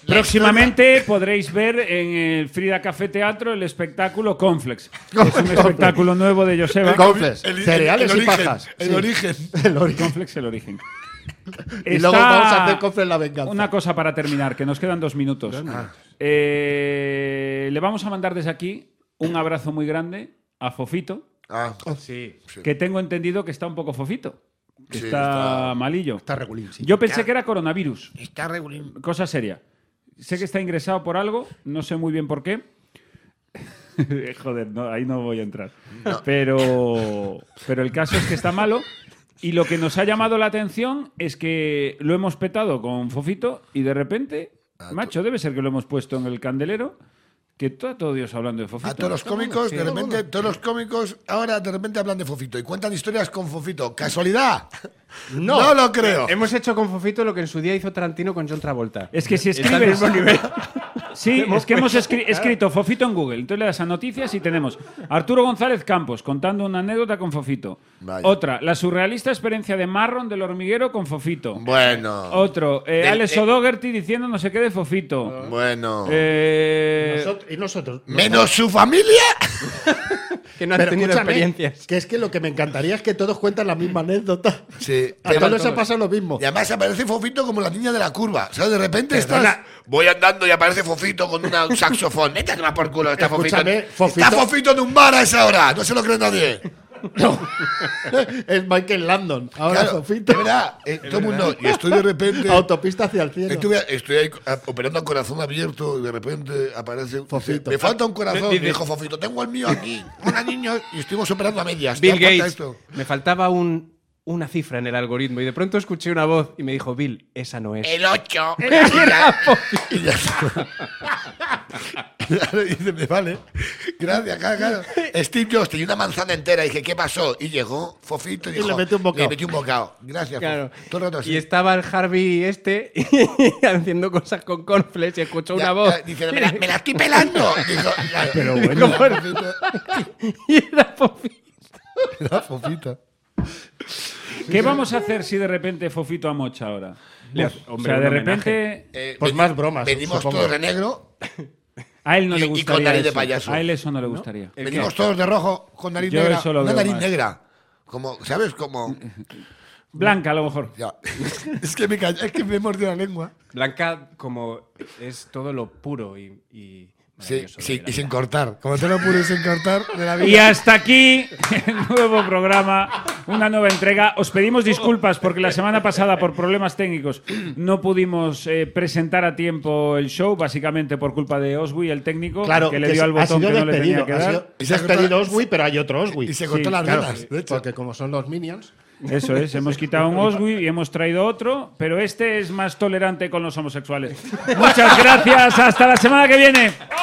Speaker 4: La
Speaker 5: Próximamente podréis ver en el Frida Café Teatro el espectáculo Conflex. Es un espectáculo nuevo de Joseba.
Speaker 8: El Confes,
Speaker 4: el- el-
Speaker 8: cereales
Speaker 4: el
Speaker 8: y
Speaker 4: origen,
Speaker 8: pajas.
Speaker 4: el
Speaker 8: Sí.
Speaker 4: origen.
Speaker 8: El origen.
Speaker 5: Conflex el origen.
Speaker 8: Y luego
Speaker 5: Está
Speaker 8: vamos a hacer cofre la venganza.
Speaker 5: Una cosa para terminar, que nos quedan dos minutos. Ah. Eh, le vamos a mandar desde aquí un abrazo muy grande a Fofito,
Speaker 4: Ah,
Speaker 2: Sí.
Speaker 5: que tengo entendido que está un poco Fofito, que
Speaker 4: Sí,
Speaker 5: está,
Speaker 4: está-
Speaker 5: malillo.
Speaker 8: Está regulín, sí.
Speaker 5: Yo pensé que era coronavirus,
Speaker 4: está regulín.
Speaker 5: cosa seria. Sé que está ingresado por algo, no sé muy bien por qué. Joder, no, ahí no voy a entrar. Pero, pero el caso es que está malo. Y lo que nos ha llamado la atención es que lo hemos petado con Fofito y de repente, macho, debe ser que lo hemos puesto en el candelero, que está todo Dios hablando de Fofito.
Speaker 4: A todos los cómicos, de repente, todos los cómicos ahora de repente hablan de Fofito y cuentan historias con Fofito. ¿Casualidad? No, lo creo.
Speaker 2: Hemos hecho con Fofito lo que en su día hizo Tarantino con John Travolta.
Speaker 5: Es que si
Speaker 2: Está al
Speaker 5: escribes...
Speaker 2: mismo nivel.
Speaker 5: Sí, es que hemos escri- escrito Fofito en Google. Entonces le das a noticias y tenemos Arturo González Campos contando una anécdota con Fofito.
Speaker 4: Vaya.
Speaker 5: Otra, la surrealista experiencia de Marron del hormiguero con Fofito.
Speaker 4: Bueno.
Speaker 5: Otro, eh,
Speaker 4: Del-
Speaker 5: Alex
Speaker 4: eh,
Speaker 5: O'Dougherty diciendo no sé qué de Fofito.
Speaker 4: Bueno.
Speaker 5: Eh,
Speaker 8: Nosot- y nosotros.
Speaker 4: Menos su familia.
Speaker 2: Que no han
Speaker 8: Pero
Speaker 2: tenido
Speaker 8: escúchame,
Speaker 2: experiencias.
Speaker 8: que es que lo que me encantaría es que todos cuentan la misma anécdota.
Speaker 4: Sí,
Speaker 8: A todos
Speaker 4: pero
Speaker 8: les ha pasado lo mismo.
Speaker 4: y además aparece Fofito como la niña de la curva. O sea, de repente estás. Voy andando y aparece Fofito con una- un saxofón. Métete más por culo. Está Fofito.
Speaker 8: Escúchame, Fofito-
Speaker 4: Está Fofito en un bar a esa hora. No se lo cree nadie.
Speaker 8: No. es Michael Landon. Ahora
Speaker 4: Claro,
Speaker 8: Sofito.
Speaker 4: de verdad, eh, todo el mundo. Y estoy de repente.
Speaker 8: Autopista hacia el cielo.
Speaker 4: Estuve, estoy ahí a- operando a corazón abierto y de repente aparece.
Speaker 8: Fofito.
Speaker 4: Me falta un corazón.
Speaker 2: Dice-
Speaker 4: Y dijo Fofito, tengo el mío aquí. Hola, niños. Y estuvimos operando a medias.
Speaker 2: Bill
Speaker 4: ¿Te das cuenta
Speaker 2: Gates.
Speaker 4: esto?
Speaker 2: Me faltaba un, una cifra en el algoritmo y de pronto escuché una voz y me dijo, Bill, esa no es.
Speaker 4: El 8. y ya, y ya está. Claro, y dice, me vale. Gracias, claro, claro. Steve Jobs tenía una manzana entera. Y dije, ¿qué pasó? Y llegó Fofito y
Speaker 8: Y
Speaker 4: dijo,
Speaker 8: le metió un bocado.
Speaker 4: Le metió un bocado. Gracias.
Speaker 2: Claro.
Speaker 4: Fofito. Todo el rato así.
Speaker 2: Y estaba el Harvey este haciendo cosas con cornflakes y escuchó
Speaker 4: Ya,
Speaker 2: una voz.
Speaker 4: ya, Dice, me la, me la estoy pelando. Dijo, ya.
Speaker 5: Pero
Speaker 4: Dijo,
Speaker 5: bueno.
Speaker 4: Fofito,
Speaker 2: y era Fofito.
Speaker 4: era Fofito.
Speaker 5: ¿Qué vamos a hacer si de repente Fofito a Mocha ahora?
Speaker 7: Le hace-
Speaker 5: o
Speaker 7: hombre,
Speaker 5: sea, de
Speaker 7: un homenaje.
Speaker 5: repente
Speaker 4: Eh,
Speaker 8: Pues
Speaker 4: veni-
Speaker 8: más bromas,
Speaker 4: Venimos
Speaker 8: supongo.
Speaker 4: todos de negro,
Speaker 5: a él no
Speaker 4: y-
Speaker 5: le
Speaker 4: y con
Speaker 5: gustaría.
Speaker 4: nariz de
Speaker 5: eso.
Speaker 4: payaso.
Speaker 5: A él eso no le gustaría.
Speaker 7: ¿El
Speaker 4: venimos
Speaker 7: qué?
Speaker 4: todos de rojo con nariz
Speaker 5: Yo
Speaker 4: negra.
Speaker 5: eso lo
Speaker 4: una
Speaker 5: veo
Speaker 4: nariz
Speaker 5: más.
Speaker 4: negra. Como, ¿sabes? Como.
Speaker 5: Blanca, a lo mejor.
Speaker 4: ya. es que me call- es que me mordió la lengua.
Speaker 7: Blanca, como es todo lo puro y. y
Speaker 4: Sí,
Speaker 7: maravilloso de
Speaker 4: sí,
Speaker 7: la
Speaker 4: y sin
Speaker 7: vida.
Speaker 4: cortar. Como te lo puro y sin cortar de la vida.
Speaker 5: Y hasta aquí el nuevo programa, una nueva entrega. Os pedimos disculpas porque la semana pasada, por problemas técnicos, no pudimos eh, presentar a tiempo el show, básicamente por culpa de Oswi, el técnico,
Speaker 8: Claro,
Speaker 5: que le dio al
Speaker 8: ha
Speaker 5: botón
Speaker 8: sido
Speaker 5: que no le tenía
Speaker 8: despedido.
Speaker 5: que
Speaker 8: ha
Speaker 5: dar.
Speaker 8: sido-
Speaker 4: Y se
Speaker 8: has
Speaker 4: ha cortado-
Speaker 8: pedido Oswi, pero hay otro Oswi.
Speaker 4: Y se cortó
Speaker 5: Sí,
Speaker 4: las
Speaker 8: Claro,
Speaker 4: venas, de hecho.
Speaker 8: porque como son los Minions,
Speaker 5: Eso es, hemos quitado un Oswi y hemos traído otro, pero este es más tolerante con los homosexuales. Muchas gracias, hasta la semana que viene.